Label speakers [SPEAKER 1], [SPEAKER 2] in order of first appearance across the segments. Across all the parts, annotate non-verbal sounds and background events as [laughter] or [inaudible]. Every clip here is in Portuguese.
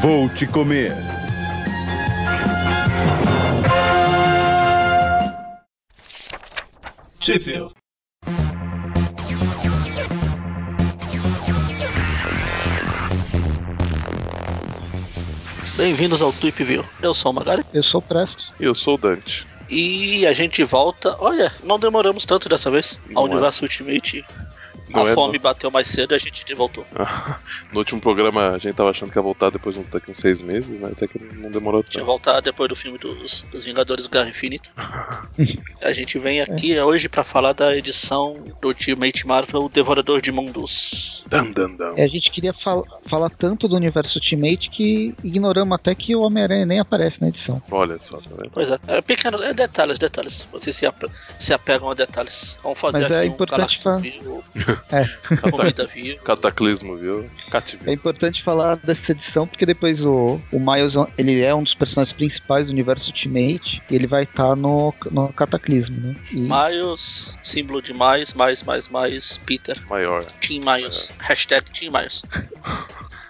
[SPEAKER 1] Vou te comer.
[SPEAKER 2] Sheffield.
[SPEAKER 3] Bem-vindos ao Tweep View. Eu sou o Magari
[SPEAKER 4] Eu sou o Presto.
[SPEAKER 5] Eu sou o Dante.
[SPEAKER 3] e a gente volta. Olha, não demoramos tanto dessa vez
[SPEAKER 5] Não
[SPEAKER 3] ao
[SPEAKER 5] é.
[SPEAKER 3] universo Ultimate.
[SPEAKER 5] Não
[SPEAKER 3] a
[SPEAKER 5] é,
[SPEAKER 3] fome bateu mais cedo e a gente voltou.
[SPEAKER 5] No último programa a gente tava achando que ia voltar depois de um- daqui uns seis meses, mas até que não demorou
[SPEAKER 3] A gente
[SPEAKER 5] tanto.
[SPEAKER 3] volta depois do filme dos, dos Vingadores
[SPEAKER 5] [laughs]
[SPEAKER 3] Guerra Infinita. a gente vem aqui
[SPEAKER 5] É.
[SPEAKER 3] hoje pra falar da edição do Ultimate Marvel O Devorador de Mundos.
[SPEAKER 5] Dan, dan, dan.
[SPEAKER 4] É, a gente queria fal- falar tanto do universo Ultimate que ignoramos até que o Homem-Aranha nem aparece na edição.
[SPEAKER 5] Olha só, tá vendo?
[SPEAKER 3] Pois é, é pequeno, é detalhes, detalhes. Vocês se, ap- se apegam a detalhes. Vamos fazer
[SPEAKER 4] Mas
[SPEAKER 3] aqui
[SPEAKER 4] é
[SPEAKER 3] um
[SPEAKER 4] importante
[SPEAKER 3] Galactus
[SPEAKER 5] [laughs]
[SPEAKER 4] fa-
[SPEAKER 3] vivo,
[SPEAKER 4] É,
[SPEAKER 3] comida viva.
[SPEAKER 5] Cataclismo, viu?
[SPEAKER 4] é
[SPEAKER 5] Cativeiro.
[SPEAKER 4] importante falar dessa edição porque depois o, o Miles ele é um dos personagens principais do universo Ultimate e ele vai estar no, no Cataclismo, né? E
[SPEAKER 3] Miles, símbolo de mais, mais, mais, mais, Peter.
[SPEAKER 5] Maior.
[SPEAKER 3] Team Miles. Hashtag Team Miles.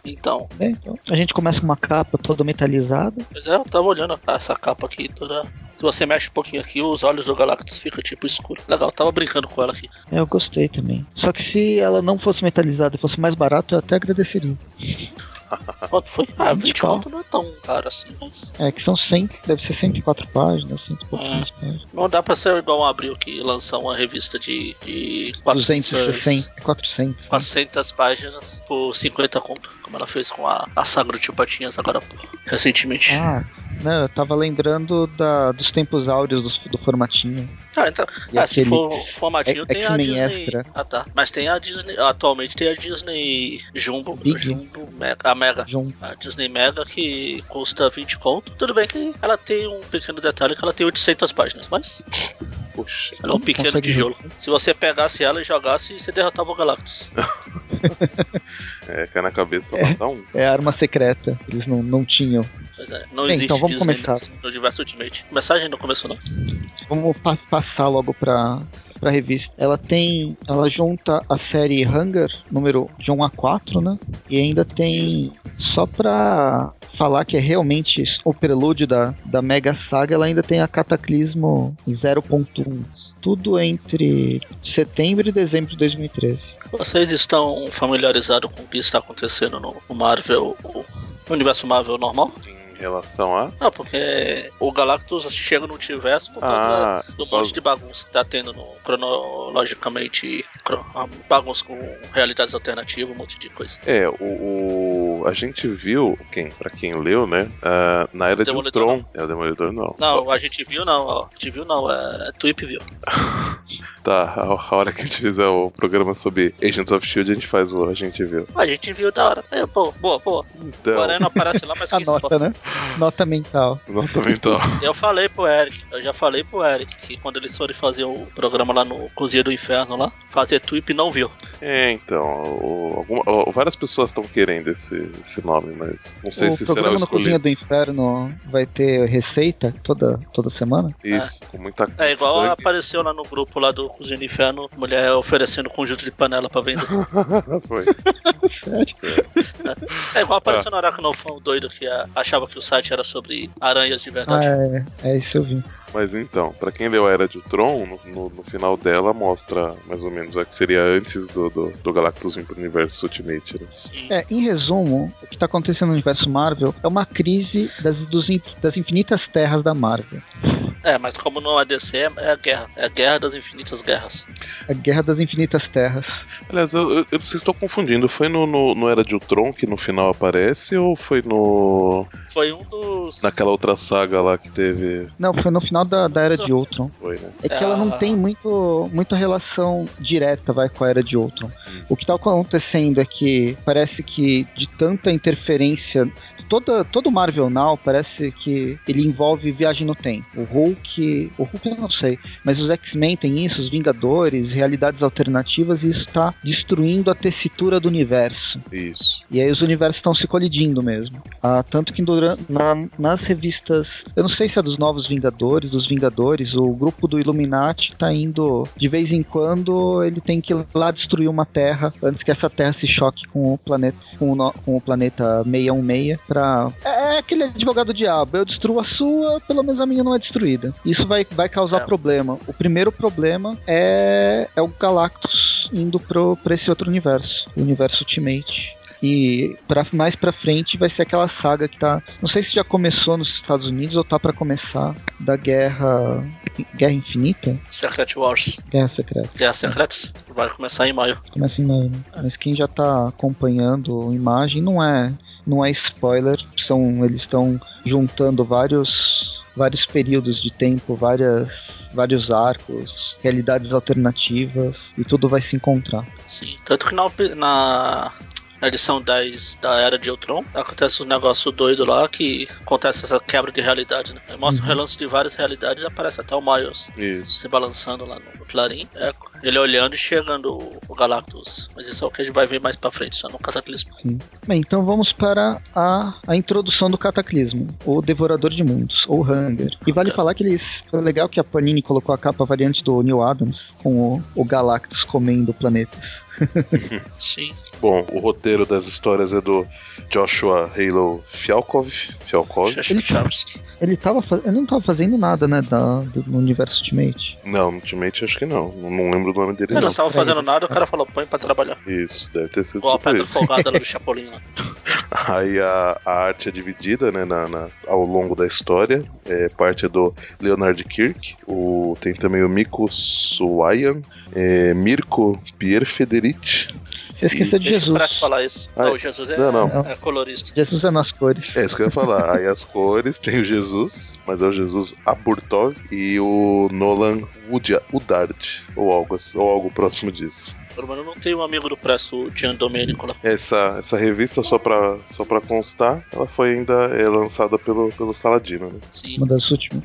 [SPEAKER 3] Então,
[SPEAKER 4] né, então, a gente começa com uma capa toda metalizada.
[SPEAKER 3] pois é, eu tava olhando essa capa aqui toda. Se você mexe um pouquinho aqui, os olhos do Galactus ficam tipo escuro. Legal, eu tava brincando com ela aqui.
[SPEAKER 4] É, eu gostei também. Só que se ela não fosse metalizada e fosse mais barato, eu até agradeceria.
[SPEAKER 3] Quanto foi? Ah,
[SPEAKER 4] 20
[SPEAKER 3] 20 conto não é tão caro assim, mas.
[SPEAKER 4] É, que são 100, deve ser 104 páginas, 100 e pouquinhas páginas.
[SPEAKER 3] Não dá pra ser igual um abril que lançar uma revista de, de
[SPEAKER 4] 260, 400.
[SPEAKER 3] 400 páginas por 50 conto, como ela fez com a, a Sagro Tio Patinhas agora recentemente.
[SPEAKER 4] Ah, não, eu tava lembrando da, dos tempos áureos do, do formatinho.
[SPEAKER 3] Ah, então.
[SPEAKER 4] E
[SPEAKER 3] ah, se
[SPEAKER 4] aquele
[SPEAKER 3] for formatinho,
[SPEAKER 4] X-
[SPEAKER 3] tem a
[SPEAKER 4] X-Men
[SPEAKER 3] Disney.
[SPEAKER 4] Extra.
[SPEAKER 3] Ah, tá. Mas tem a Disney. Atualmente tem a Disney Jumbo.
[SPEAKER 4] Big.
[SPEAKER 3] Jumbo Mega. A Mega.
[SPEAKER 4] John.
[SPEAKER 3] A Disney Mega que custa 20 conto. Tudo bem que ela tem um pequeno detalhe que ela tem 800 páginas, mas
[SPEAKER 5] Puxa.
[SPEAKER 3] ela é um
[SPEAKER 4] Não
[SPEAKER 3] pequeno
[SPEAKER 4] consegue
[SPEAKER 3] tijolo. Se você pegasse ela e jogasse, você derrotava o Galactus.
[SPEAKER 5] É, cai na cabeça,
[SPEAKER 4] É.
[SPEAKER 5] mata um.
[SPEAKER 4] É a arma secreta, eles não, não tinham.
[SPEAKER 3] Pois é, não
[SPEAKER 4] Bem,
[SPEAKER 3] existe
[SPEAKER 4] então vamos
[SPEAKER 3] Disney
[SPEAKER 4] começar.
[SPEAKER 3] no universo Ultimate. Começar a gente não começou, não.
[SPEAKER 4] Vamos pas- passar logo pra, pra revista. Ela tem. Ela junta a série Hunger, número de 1 a 4, né? E ainda tem. Só pra falar que é realmente o prelúdio da, da Mega Saga, ela ainda tem a Cataclismo 0.1. Tudo entre setembro e dezembro de 2013.
[SPEAKER 3] Vocês estão familiarizados com o que está acontecendo no no Marvel. no universo Marvel normal?
[SPEAKER 5] Em relação a.
[SPEAKER 3] Não, porque o Galactus chega no multiverso por causa
[SPEAKER 5] Ah,
[SPEAKER 3] do
[SPEAKER 5] faz-
[SPEAKER 3] monte de bagunça que tá tendo no, cronologicamente. cro- bagunça com realidades alternativas, um monte de coisa.
[SPEAKER 5] é, o, o- A gente viu, quem, pra quem leu, né? ah, na era de
[SPEAKER 3] Demolidor
[SPEAKER 5] Ultron. É o Demolidor, não.
[SPEAKER 3] Não, a gente viu não, ó. A gente viu não, é, é Twip viu.
[SPEAKER 5] Tá, a, a hora que a gente fizer o programa sobre Agents of Shield, a gente faz o A gente viu.
[SPEAKER 3] A gente viu da hora. É, boa, boa, boa. O
[SPEAKER 5] Então,
[SPEAKER 3] Aranha não
[SPEAKER 4] [laughs]
[SPEAKER 3] aparece lá, mas
[SPEAKER 4] A
[SPEAKER 3] quem se importa?
[SPEAKER 4] nota, né? Nota mental.
[SPEAKER 5] nota mental.
[SPEAKER 3] Eu falei pro Eric, eu já falei pro Eric que quando eles forem fazer o programa lá no Cozinha do Inferno lá, fazer Twip não viu.
[SPEAKER 5] É, então, o- alguma- o- várias pessoas estão querendo esse, esse nome, mas não sei
[SPEAKER 4] o
[SPEAKER 5] se será o
[SPEAKER 4] programa na Cozinha
[SPEAKER 5] escolhido.
[SPEAKER 4] do Inferno vai ter receita toda, toda semana?
[SPEAKER 5] Isso, com muita
[SPEAKER 3] É igual
[SPEAKER 5] sangue.
[SPEAKER 3] apareceu lá no grupo lá do Cozinha do Inferno, mulher oferecendo conjunto de panela pra vender.
[SPEAKER 5] Foi.
[SPEAKER 4] Sério?
[SPEAKER 3] É igual apareceu no Aracnofão doido que ah, achava que o site era sobre aranhas de
[SPEAKER 4] Ah,
[SPEAKER 3] verdade.
[SPEAKER 4] é, é isso eu vi.
[SPEAKER 5] Mas então, pra quem leu a Era de Ultron, no, no- no final dela mostra mais ou menos o que seria antes do, do, do Galactus vir pro universo Ultimate. né?
[SPEAKER 4] É, em resumo, o que está acontecendo no universo Marvel é uma crise das, dos in- das infinitas terras da Marvel.
[SPEAKER 3] É, mas como não é DC, é- é guerra. É guerra das infinitas guerras.
[SPEAKER 4] A Guerra das Infinitas Terras.
[SPEAKER 5] Aliás, eu, eu, eu- vocês estão confundindo. Foi no, no, no Era de Ultron que no final aparece ou foi no
[SPEAKER 3] Foi um dos.
[SPEAKER 5] naquela outra saga lá que teve?
[SPEAKER 4] Não, foi no final da, da Era de Ultron.
[SPEAKER 5] Foi, né?
[SPEAKER 4] É que ela não tem muito, muita relação direta vai, com a Era de Ultron. O que está acontecendo é que parece que de tanta interferência. Toda, todo Marvel Now parece que ele envolve viagem no tempo. O Hulk. O Hulk eu não sei. Mas os X-Men tem isso, os Vingadores, multiplayeres, realidades alternativas, e isso tá destruindo a tessitura do universo.
[SPEAKER 5] Isso.
[SPEAKER 4] E aí os universos estão se colidindo mesmo. Ah, tanto que durante, na, nas revistas, eu não sei se é dos Novos Vingadores, dos Vingadores, o grupo do Illuminati tá indo de vez em quando, ele tem que ir lá destruir uma terra antes que essa terra se choque com o planeta com o, no, com o planeta 616 para é aquele advogado diabo, eu destruo a sua, pelo menos a minha não é destruída. Isso vai, vai causar é. problema. O primeiro problema é é o Galactus indo pro, pra esse outro universo, o universo Ultimate. E pra, mais pra frente vai ser aquela saga que tá. Não sei se já começou nos Estados Unidos ou tá para começar. Da guerra. Guerra Infinita?
[SPEAKER 3] Secret Wars.
[SPEAKER 4] Guerra Secreta.
[SPEAKER 3] Guerra Secretas? Vai começar em maio.
[SPEAKER 4] Começa em maio. Né? Mas quem já tá acompanhando a imagem não é. Não é spoiler. São, eles estão juntando vários. Vários períodos de tempo, várias, vários arcos, realidades alternativas e tudo vai se encontrar.
[SPEAKER 3] Sim, tanto que na, na na edição 10 da Era de Ultron, acontece um negócio doido lá que acontece essa quebra de realidade, né? Mostra uhum. o relance de várias realidades e aparece até o Miles
[SPEAKER 5] isso.
[SPEAKER 3] se balançando lá no clarim. É, ele olhando e chegando o Galactus. Mas isso é o que a gente vai ver mais pra frente, só no Cataclismo.
[SPEAKER 4] Sim. Bem, então vamos para a, a introdução do Cataclismo, o Devorador de Mundos, ou Hunger. E vale okay. falar que eles. É legal que a Panini colocou a capa variante do Neil Adams com o, o Galactus comendo planetas.
[SPEAKER 3] Sim.
[SPEAKER 5] Bom, o roteiro das histórias é do Joshua Halo Fialkov. Fialkov.
[SPEAKER 3] é
[SPEAKER 4] Ele, ele tava, ele não tava fazendo nada, né, da, do universo Ultimate.
[SPEAKER 5] Não, no Ultimate acho que não. Não, não lembro o nome dele.
[SPEAKER 3] Ele
[SPEAKER 5] não, tá.
[SPEAKER 3] não tava fazendo nada, o cara falou, põe pra trabalhar.
[SPEAKER 5] Isso, deve ter sido.
[SPEAKER 3] Igual tipo a pedra folgada lá do Chapolin. Né?
[SPEAKER 5] [laughs] Aí a, a, arte é dividida, né, na, na, ao longo da história. É, parte é do Leonard Kirk, o, tem também o Miko Suayan, é, Mirko Pierfederich,
[SPEAKER 4] você esqueceu de Jesus.
[SPEAKER 3] Deixa falar isso. Ah, não, Jesus é,
[SPEAKER 5] não, não.
[SPEAKER 3] é colorista.
[SPEAKER 4] Jesus é nas cores.
[SPEAKER 5] É isso que eu ia falar. Aí as cores tem o Jesus, mas é o Jesus Aburtov e o Nolan Udia, Udard, ou algo, ou algo próximo disso.
[SPEAKER 3] Mano, não tem um amigo do preço, o Gian Domenico lá.
[SPEAKER 5] Essa, essa revista, só pra, só pra constar, ela foi ainda é, lançada pelo, pelo Saladino, né?
[SPEAKER 4] Sim. Uma das últimas.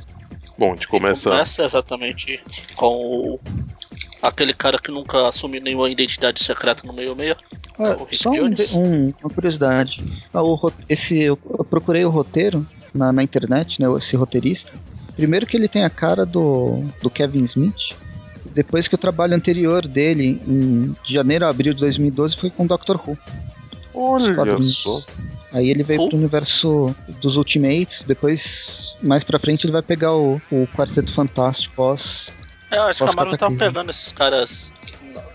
[SPEAKER 5] Bom, a gente começa.
[SPEAKER 3] Começa exatamente com o aquele cara que nunca assumiu nenhuma identidade secreta no meio meia.
[SPEAKER 4] Ah, é só um, um, uma curiosidade. Ah, o, esse, eu, eu procurei o roteiro na, na, internet, né? Esse roteirista. Primeiro que ele tem a cara do, do Kevin Smith. Depois que o trabalho anterior dele, em janeiro a abril de 2012, foi com o Doctor Who.
[SPEAKER 5] Olha só.
[SPEAKER 4] Aí ele veio Who? pro universo dos Ultimates, depois, mais pra frente, ele vai pegar o, o Quarteto Fantástico pós
[SPEAKER 3] é, eu acho Posso que a Marvel tá pegando esses caras que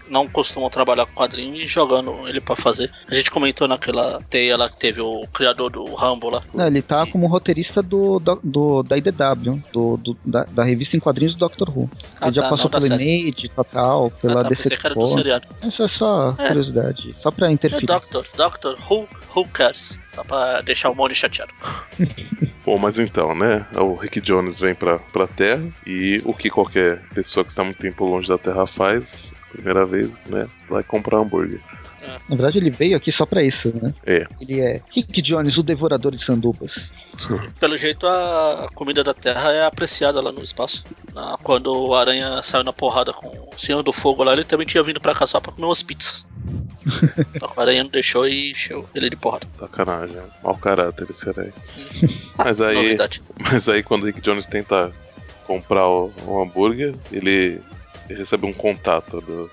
[SPEAKER 3] não costumam trabalhar com quadrinho e jogando ele para fazer. A gente comentou naquela teia lá que teve o criador do Rambo lá.
[SPEAKER 4] Não, ele tá e... como roteirista do, do, do da IDW, do, do da, da, revista em quadrinhos do Doctor Who. Ah, ele tá, já passou pelo Image, Total, pela ah, tá, DC Essa é só é. curiosidade, só pra interferir. É
[SPEAKER 3] Doctor, Doctor Who, Who Cares? Só pra deixar o Mone chateado.
[SPEAKER 5] Bom, mas então, né? O Rick Jones vem pra, pra Terra e o que qualquer pessoa que está muito tempo longe da Terra faz, primeira vez, né? Vai comprar hambúrguer.
[SPEAKER 4] É. Na verdade, ele veio aqui só pra isso, né?
[SPEAKER 5] É.
[SPEAKER 4] Ele é Rick Jones, o devorador de sandupas.
[SPEAKER 3] Pelo jeito, a comida da Terra é apreciada lá no espaço. Ah, Quando o Aranha saiu na porrada com o Senhor do Fogo lá, ele também tinha vindo pra cá só pra comer
[SPEAKER 4] [laughs]
[SPEAKER 3] umas pizzas. só que o Aranha não deixou e encheu ele de porrada.
[SPEAKER 5] Sacanagem, mau caráter esse aranha. [laughs] mas aí, Novidade. mas aí quando o Rick Jones tenta comprar o, o hambúrguer, ele, ele recebe um contato do,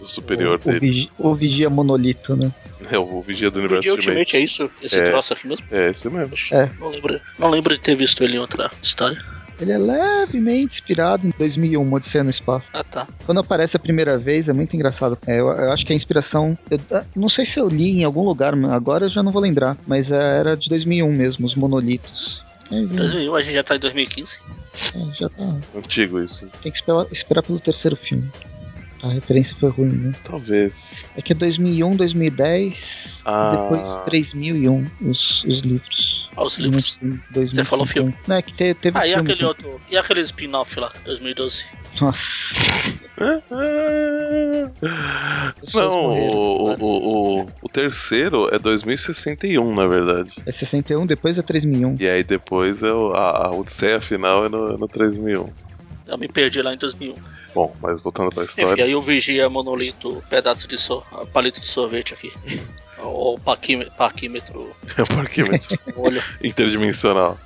[SPEAKER 5] o superior
[SPEAKER 4] o,
[SPEAKER 5] dele. O
[SPEAKER 4] vigia, o vigia monolito, né?
[SPEAKER 5] É, o vigia do universo
[SPEAKER 3] vigia Ultimate. Ultimate. é isso? Esse
[SPEAKER 5] é,
[SPEAKER 3] troço aqui mesmo?
[SPEAKER 5] É, esse mesmo.
[SPEAKER 4] É.
[SPEAKER 3] Não, lembro, não lembro de ter visto ele em outra história.
[SPEAKER 4] Ele é levemente inspirado em 2001, Odisseia no Espaço.
[SPEAKER 3] Ah, tá.
[SPEAKER 4] Quando aparece a primeira vez, é muito engraçado. É, eu, eu, acho que a inspiração... Eu, ah, não sei se eu li em algum lugar, agora eu já não vou lembrar. Mas é, era de 2001 mesmo, os monolitos.
[SPEAKER 3] 2001, a gente já tá em 2015.
[SPEAKER 4] É, já tá.
[SPEAKER 5] Antigo isso.
[SPEAKER 4] Tem que esperar, esperar pelo terceiro filme. A referência foi ruim, né?
[SPEAKER 5] Talvez.
[SPEAKER 4] É que é 2001, 2010, ah. depois 3001 os, os livros.
[SPEAKER 3] Ah, os livros.
[SPEAKER 4] 2005, Você
[SPEAKER 3] falou filme?
[SPEAKER 4] Não, é que teve, teve
[SPEAKER 3] ah,
[SPEAKER 4] filme.
[SPEAKER 3] E aquele, que... outro, e aquele spin-off lá, 2012?
[SPEAKER 4] Nossa.
[SPEAKER 5] Ah, Não, o, o, o, o, terceiro é 2061, na verdade.
[SPEAKER 4] É 61, depois é 3001.
[SPEAKER 5] E aí depois é o, a, a Odisseia final é no, no 3001.
[SPEAKER 3] Eu me perdi lá em 2001.
[SPEAKER 5] Bom, mas voltando pra
[SPEAKER 3] Enfim,
[SPEAKER 5] história.
[SPEAKER 3] aí eu vigia monolito, pedaço de so, palito de sorvete aqui. Ou parquíme- parquímetro,
[SPEAKER 5] [laughs] É um parquímetro
[SPEAKER 3] olho.
[SPEAKER 5] interdimensional.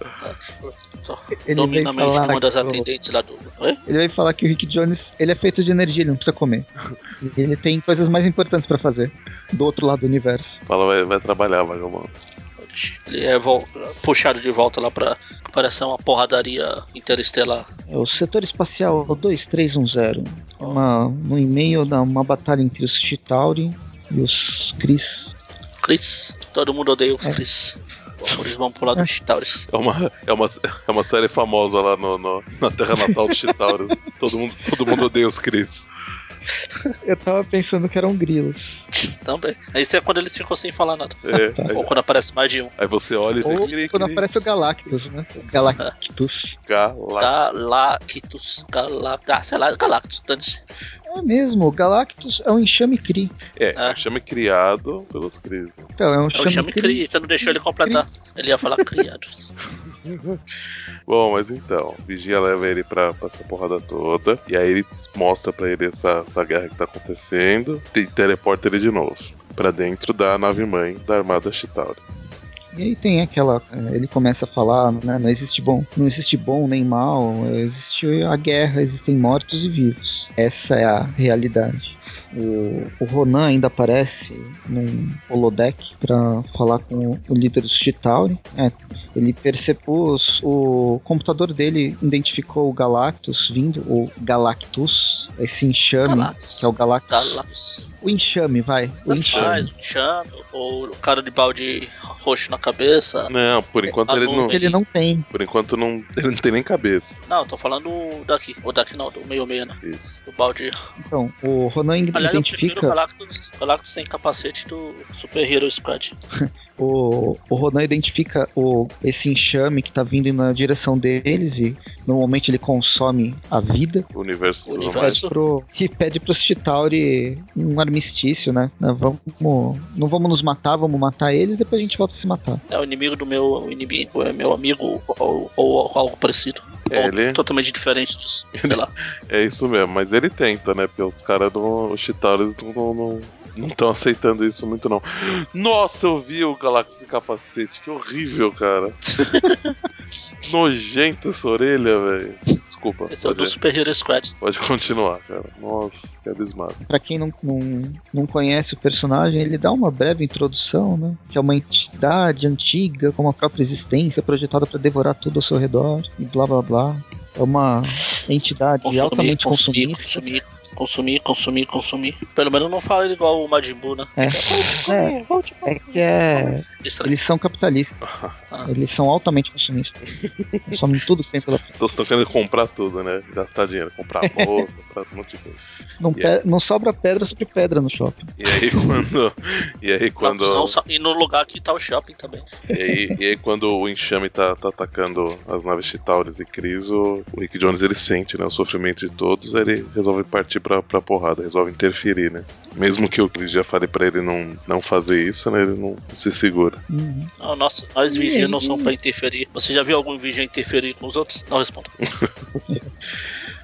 [SPEAKER 3] Só
[SPEAKER 4] Ele
[SPEAKER 3] Domina a
[SPEAKER 4] veio
[SPEAKER 3] mente
[SPEAKER 4] falar
[SPEAKER 3] de uma das
[SPEAKER 4] que o-
[SPEAKER 3] atendentes lá do. Oi?
[SPEAKER 4] Ele vai falar que o Rick Jones ele é feito de energia, ele não precisa
[SPEAKER 3] [laughs]
[SPEAKER 4] comer. Ele tem coisas mais importantes pra fazer do outro lado do universo.
[SPEAKER 5] Fala, vai, vai é trabalhar, vagabundo.
[SPEAKER 3] Ele é vol- puxado de volta lá pra. Parece uma porradaria interestelar.
[SPEAKER 4] É o setor espacial 2310. Uma, um e-mail da uma batalha entre os Chitauri e os Chris.
[SPEAKER 3] Chris, todo mundo odeia o
[SPEAKER 4] É.
[SPEAKER 3] Chris. Bom, eles vão pro lado dos Chitauris.
[SPEAKER 5] É uma, é, uma, é uma série famosa lá no, no- na terra natal do
[SPEAKER 4] [laughs]
[SPEAKER 5] Chitauro. todo, mundo, todo mundo odeia os Cris.
[SPEAKER 4] Eu tava pensando que eram grilos.
[SPEAKER 3] Também. Isso é quando eles ficam sem falar nada.
[SPEAKER 5] É, aí,
[SPEAKER 3] Ou quando aparece mais de um.
[SPEAKER 5] aí você olha e vê
[SPEAKER 4] Ou
[SPEAKER 5] Cri,
[SPEAKER 4] quando
[SPEAKER 5] Cri,
[SPEAKER 4] aparece Tá, o Galactus, né? Galactus.
[SPEAKER 5] Galá-
[SPEAKER 3] Galactus. Galactus. Ah, sei lá, Galactus. dane-se.
[SPEAKER 4] É mesmo, o Galactus é um enxame Cri.
[SPEAKER 5] É,
[SPEAKER 3] Ah.
[SPEAKER 4] tá.
[SPEAKER 5] o chama criado pelos Cris.
[SPEAKER 4] Então, é um
[SPEAKER 3] É o
[SPEAKER 4] enxame
[SPEAKER 3] chame
[SPEAKER 4] Cri.
[SPEAKER 3] Cri, você não deixou ele completar. Ele ia falar
[SPEAKER 4] [laughs]
[SPEAKER 3] criados.
[SPEAKER 5] Bom, mas então, Vigia leva ele pra, pra essa porrada toda. E aí ele mostra pra ele essa, essa guerra que tá acontecendo. E teleporta ele de novo. Pra dentro da nave mãe da armada Chitauri.
[SPEAKER 4] E aí tem aquela. é, Ele começa a falar, né? Não existe bom, não existe bom nem mal, é, existe a guerra, existem mortos e vivos. Essa é a realidade. O, o Ronan ainda aparece num holodeck pra falar com o líder do Chitauri. É, ele percebeu o computador dele identificou o Galactus vindo, o Galactus, esse enxame,
[SPEAKER 3] Galactus.
[SPEAKER 4] que é o Galactus.
[SPEAKER 3] Galactus.
[SPEAKER 4] O enxame, vai. O
[SPEAKER 3] Tanto faz,
[SPEAKER 4] enxame.
[SPEAKER 3] um chame, ou o cara de balde roxo na
[SPEAKER 4] Tá.
[SPEAKER 3] cabeça.
[SPEAKER 5] Não, por enquanto
[SPEAKER 3] a
[SPEAKER 5] ele não.
[SPEAKER 3] nuvem.
[SPEAKER 4] Ele não tem.
[SPEAKER 5] Por enquanto não, ele não tem nem cabeça.
[SPEAKER 3] Não, eu tô falando daqui. Ou daqui não, do meio-meia, né?
[SPEAKER 5] Isso.
[SPEAKER 3] Do balde.
[SPEAKER 4] Então, o Ronan
[SPEAKER 3] Aliás, eu prefiro o
[SPEAKER 4] identifica.
[SPEAKER 3] Galactus, Galactus sem capacete do Super Hero Squad.
[SPEAKER 4] O, o Ronan identifica o, esse enxame que tá vindo na direção deles e normalmente ele consome a vida.
[SPEAKER 5] O universo
[SPEAKER 3] O
[SPEAKER 5] do
[SPEAKER 3] universo.
[SPEAKER 4] Pede pro, e pede pros Chitauri um armistício, né? Né, Vamos, não vamos nos matar, vamos matar eles, depois a gente volta a se matar.
[SPEAKER 3] É o inimigo do meu inimigo, é meu amigo, ou, ou algo parecido.
[SPEAKER 5] É,
[SPEAKER 3] Ou
[SPEAKER 5] ele-
[SPEAKER 3] totalmente diferente disso, sei
[SPEAKER 5] [laughs]
[SPEAKER 3] lá.
[SPEAKER 5] É isso mesmo, mas ele tenta, né? Porque os caras do os Chitauris não estão não, não tão aceitando isso muito, não. Nossa, eu vi o Galactus de capacete, que horrível, cara. Nojento essa orelha, velho. Desculpa,
[SPEAKER 3] Esse é o do
[SPEAKER 5] pode,
[SPEAKER 3] Super Hero Squad.
[SPEAKER 5] pode continuar, cara. Nossa, que abismado. [laughs]
[SPEAKER 4] Pra quem não, não, não conhece o personagem, ele dá uma breve introdução, né? Que é uma entidade antiga com a própria existência, projetada pra devorar tudo ao seu redor e blá blá blá. É uma entidade altamente consumista.
[SPEAKER 3] consumir, consumir, consumir, consumir. Pelo menos não fala igual o Majin Buu, né? tá
[SPEAKER 4] É. É,
[SPEAKER 3] Vou te
[SPEAKER 4] é que é,
[SPEAKER 3] Estranho.
[SPEAKER 4] eles são capitalistas, eles são altamente consumistas. Consomem tudo que tem pela frente.
[SPEAKER 5] Então vocês estão querendo comprar tudo, né? Gastar dinheiro, comprar bolsa, [laughs] comprar um monte de coisa. [laughs]
[SPEAKER 4] Não, pe- não sobra pedra sobre pedra no shopping.
[SPEAKER 5] E aí quando. E aí quando.
[SPEAKER 3] Não, só- e no lugar que tá o shopping também.
[SPEAKER 5] E aí, e aí quando o enxame tá, tá atacando as naves Chitauris e Cris, o, o Rick Jones ele sente né, o sofrimento de todos, aí ele resolve partir pra, pra porrada, resolve interferir, né? Mesmo que o Chris já fale pra ele não, não fazer isso, né? Ele não se segura.
[SPEAKER 4] Uhum.
[SPEAKER 3] Não, nossa, nós vigia não são pra interferir. Você já viu algum vigia interferir com os outros? Não responda.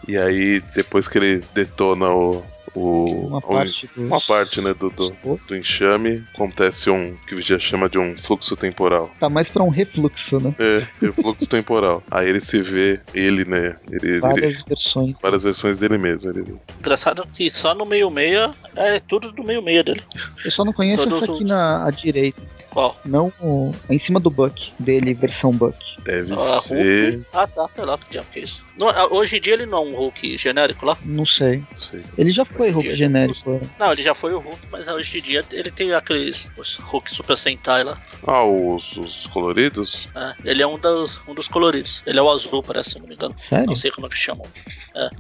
[SPEAKER 5] E aí, depois que ele detona o. o
[SPEAKER 4] Uma
[SPEAKER 5] o-
[SPEAKER 4] parte Tipo, dos...
[SPEAKER 5] uma parte, né, do, do, do enxame, acontece um que o Vigia chama de um fluxo temporal.
[SPEAKER 4] Tá mais pra um refluxo, né?
[SPEAKER 5] É, refluxo temporal. Aí ele se vê, ele, né? Ele, ele,
[SPEAKER 4] Várias versões.
[SPEAKER 5] várias versões dele mesmo. Ele,
[SPEAKER 3] Engraçado que só no meio-meia é tudo do meio-meia dele.
[SPEAKER 4] Eu só não conheço
[SPEAKER 3] Todos
[SPEAKER 4] essa aqui
[SPEAKER 3] os-
[SPEAKER 4] na à direita.
[SPEAKER 3] Qual?
[SPEAKER 4] Não o- em cima do Buck, dele, versão Buck.
[SPEAKER 5] Deve
[SPEAKER 3] Ah,
[SPEAKER 5] ser.
[SPEAKER 3] Hulk? Ah, tá, sei lá que diabo que é isso. Não, ah, hoje em dia ele não é um Hulk genérico lá?
[SPEAKER 4] Não sei.
[SPEAKER 5] Não sei.
[SPEAKER 4] Ele já foi
[SPEAKER 3] Hoje em
[SPEAKER 4] Hulk
[SPEAKER 3] dia,
[SPEAKER 4] genérico. né?
[SPEAKER 3] Não, ele já foi o Hulk, mas hoje em dia ele tem aqueles os Hulk Super Sentai lá.
[SPEAKER 5] Ah, os, os coloridos?
[SPEAKER 3] né? Ele é um dos, um dos coloridos. Ele é o azul, parece, se eu não me engano.
[SPEAKER 4] Sério?
[SPEAKER 3] Não sei como é que chamam.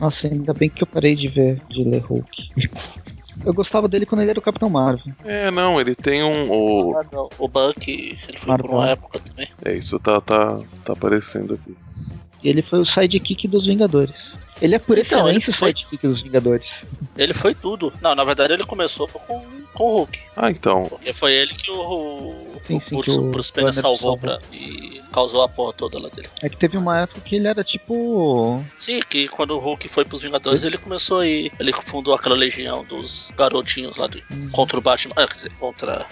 [SPEAKER 4] Nossa, ainda bem que eu parei de ver, de ler Hulk. [laughs] Eu gostava dele quando ele era o Capitão Marvel.
[SPEAKER 5] É, não, ele tem um. o-
[SPEAKER 3] Ah, não, O Buck, ele foi por
[SPEAKER 4] Marvel.
[SPEAKER 3] uma época também.
[SPEAKER 5] É, isso tá, tá, tá aparecendo aqui.
[SPEAKER 4] E ele foi o sidekick dos Vingadores. Ele é por
[SPEAKER 3] Então,
[SPEAKER 4] excelência
[SPEAKER 3] ele
[SPEAKER 4] o
[SPEAKER 3] foi-
[SPEAKER 4] sidekick dos Vingadores.
[SPEAKER 3] Ele foi tudo. Não, na verdade ele começou com, com o Hulk.
[SPEAKER 5] Ah, então.
[SPEAKER 3] Porque foi ele que o, o,
[SPEAKER 4] Sim, sim,
[SPEAKER 3] o
[SPEAKER 4] que o
[SPEAKER 3] Bruce, Bruce Banner
[SPEAKER 4] Banner salvou.
[SPEAKER 3] salvou pra, e causou a porra toda lá dele.
[SPEAKER 4] É que teve uma época que ele era tipo.
[SPEAKER 3] Sim, que quando o Hulk foi pros Vingadores, ele começou aí. Ele fundou aquela legião dos garotinhos lá de, contra o Batman. Ah, quer dizer, contra.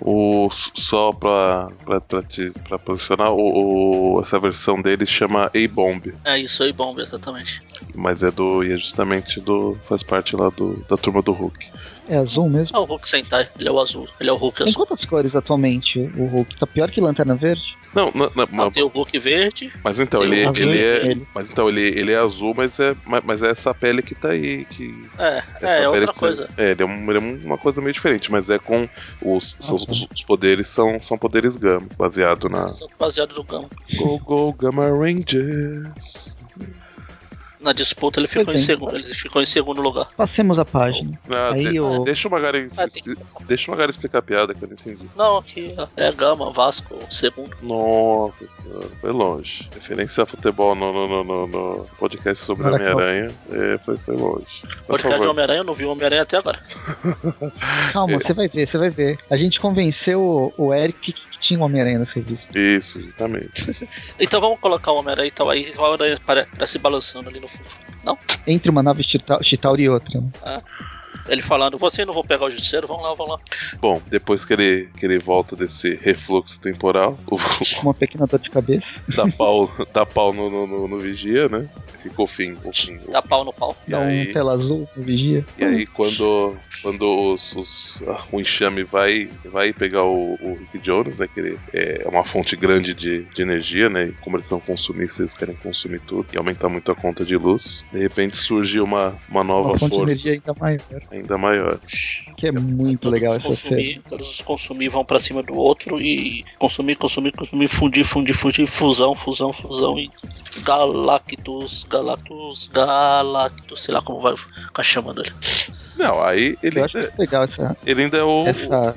[SPEAKER 5] O, só pra, pra, pra te, pra posicionar, o, o- essa versão dele chama A-Bomb,
[SPEAKER 3] É isso aí, bomba, exatamente.
[SPEAKER 5] mas é do. e é justamente do. faz parte lá do, da turma do Hulk.
[SPEAKER 4] É azul mesmo?
[SPEAKER 3] É o Hulk Sentai, ele é o azul. Ele é o Hulk
[SPEAKER 5] Então,
[SPEAKER 4] Tem
[SPEAKER 3] azul.
[SPEAKER 4] quantas cores atualmente o Hulk? Tá pior que Lanterna Verde?
[SPEAKER 5] Não, não, não,
[SPEAKER 3] Não,
[SPEAKER 5] mas,
[SPEAKER 3] Ah, tem um o Hulk verde,
[SPEAKER 5] mas então, ele,
[SPEAKER 4] Azul
[SPEAKER 5] ele
[SPEAKER 4] e
[SPEAKER 5] é.
[SPEAKER 4] vermelho.
[SPEAKER 5] Mas então, ele, ele é azul, mas é, mas, mas é essa pele que tá aí. Que,
[SPEAKER 3] é,
[SPEAKER 5] essa
[SPEAKER 3] é, é
[SPEAKER 5] pele
[SPEAKER 3] outra
[SPEAKER 5] que-
[SPEAKER 3] coisa.
[SPEAKER 5] É, ele é, um- ele é um- uma coisa meio diferente, mas é com. Os, são-
[SPEAKER 4] tá.
[SPEAKER 5] os, os poderes são, são poderes Gama, baseado na.
[SPEAKER 3] Só Baseado no Gama.
[SPEAKER 5] Go, go, Gamma Rangers!
[SPEAKER 3] Na disputa
[SPEAKER 5] Tá
[SPEAKER 3] ele ficou
[SPEAKER 4] Pois
[SPEAKER 3] em
[SPEAKER 4] bem.
[SPEAKER 3] segundo. Ele ficou em segundo lugar.
[SPEAKER 4] Passemos a página.
[SPEAKER 5] Ah,
[SPEAKER 4] Aí
[SPEAKER 5] de-
[SPEAKER 4] o-
[SPEAKER 5] Deixa o Magari.
[SPEAKER 3] Ah, tem que passar.
[SPEAKER 5] Deixa o Magari explicar a piada que eu não entendi.
[SPEAKER 3] Não, aqui é Gama, Vasco, segundo.
[SPEAKER 5] Nossa senhora, foi longe. Referência a futebol no, no, no, no- no podcast sobre
[SPEAKER 4] Maracanã.
[SPEAKER 5] Homem-Aranha é, foi, foi longe. Por
[SPEAKER 3] Podcast de
[SPEAKER 5] favor.
[SPEAKER 3] Homem-Aranha, eu não vi o Homem-Aranha até agora.
[SPEAKER 4] Calma, você vai ver, você vai ver. A gente convenceu o, o Eric que tinha o Homem-Aranha nessa revista.
[SPEAKER 5] Isso, justamente.
[SPEAKER 3] Então vamos colocar o Homem-Aranha então aí, o Homem-Aranha pare- parece balançando ali no fundo. Não?
[SPEAKER 4] Entre uma nave chita- Chitauri e outra. né?
[SPEAKER 3] Ele falando, você não vou pegar o judiceiro, vamos lá, vamos lá.
[SPEAKER 5] Bom, depois que ele, que ele volta desse refluxo temporal, o,
[SPEAKER 4] Uma pequena dor de cabeça.
[SPEAKER 5] dá pau, dá pau no, no, no- no vigia, né? Ficou fim, o fim. o-
[SPEAKER 4] Tá
[SPEAKER 3] Dá pau no pau.
[SPEAKER 5] E
[SPEAKER 4] Dá
[SPEAKER 5] aí-
[SPEAKER 4] um tela azul no vigia.
[SPEAKER 5] E aí quando, quando os, os- ah, o enxame vai, vai pegar o, o Rick Jones, né? Que ele é uma fonte grande de, de energia, né? E como eles são consumistas, eles querem consumir tudo e aumentar muito a conta de luz. De repente surge uma, uma nova
[SPEAKER 4] Uma fonte de
[SPEAKER 5] força
[SPEAKER 4] energia ainda maior.
[SPEAKER 5] ainda maior.
[SPEAKER 4] Que é muito
[SPEAKER 3] Todos
[SPEAKER 4] legal
[SPEAKER 3] os
[SPEAKER 4] essa cena.
[SPEAKER 3] consumir, Todos os consumir vão pra cima do outro e consumir, consumir, consumir, fundir, fundir, fundir, fusão, fusão, fusão e Galactus, Galactus, Galactus, sei lá como vai ficar chamando ele.
[SPEAKER 5] Não, aí ele,
[SPEAKER 4] Eu acho
[SPEAKER 5] ainda,
[SPEAKER 4] muito legal essa,
[SPEAKER 5] ele ainda é o.
[SPEAKER 4] essa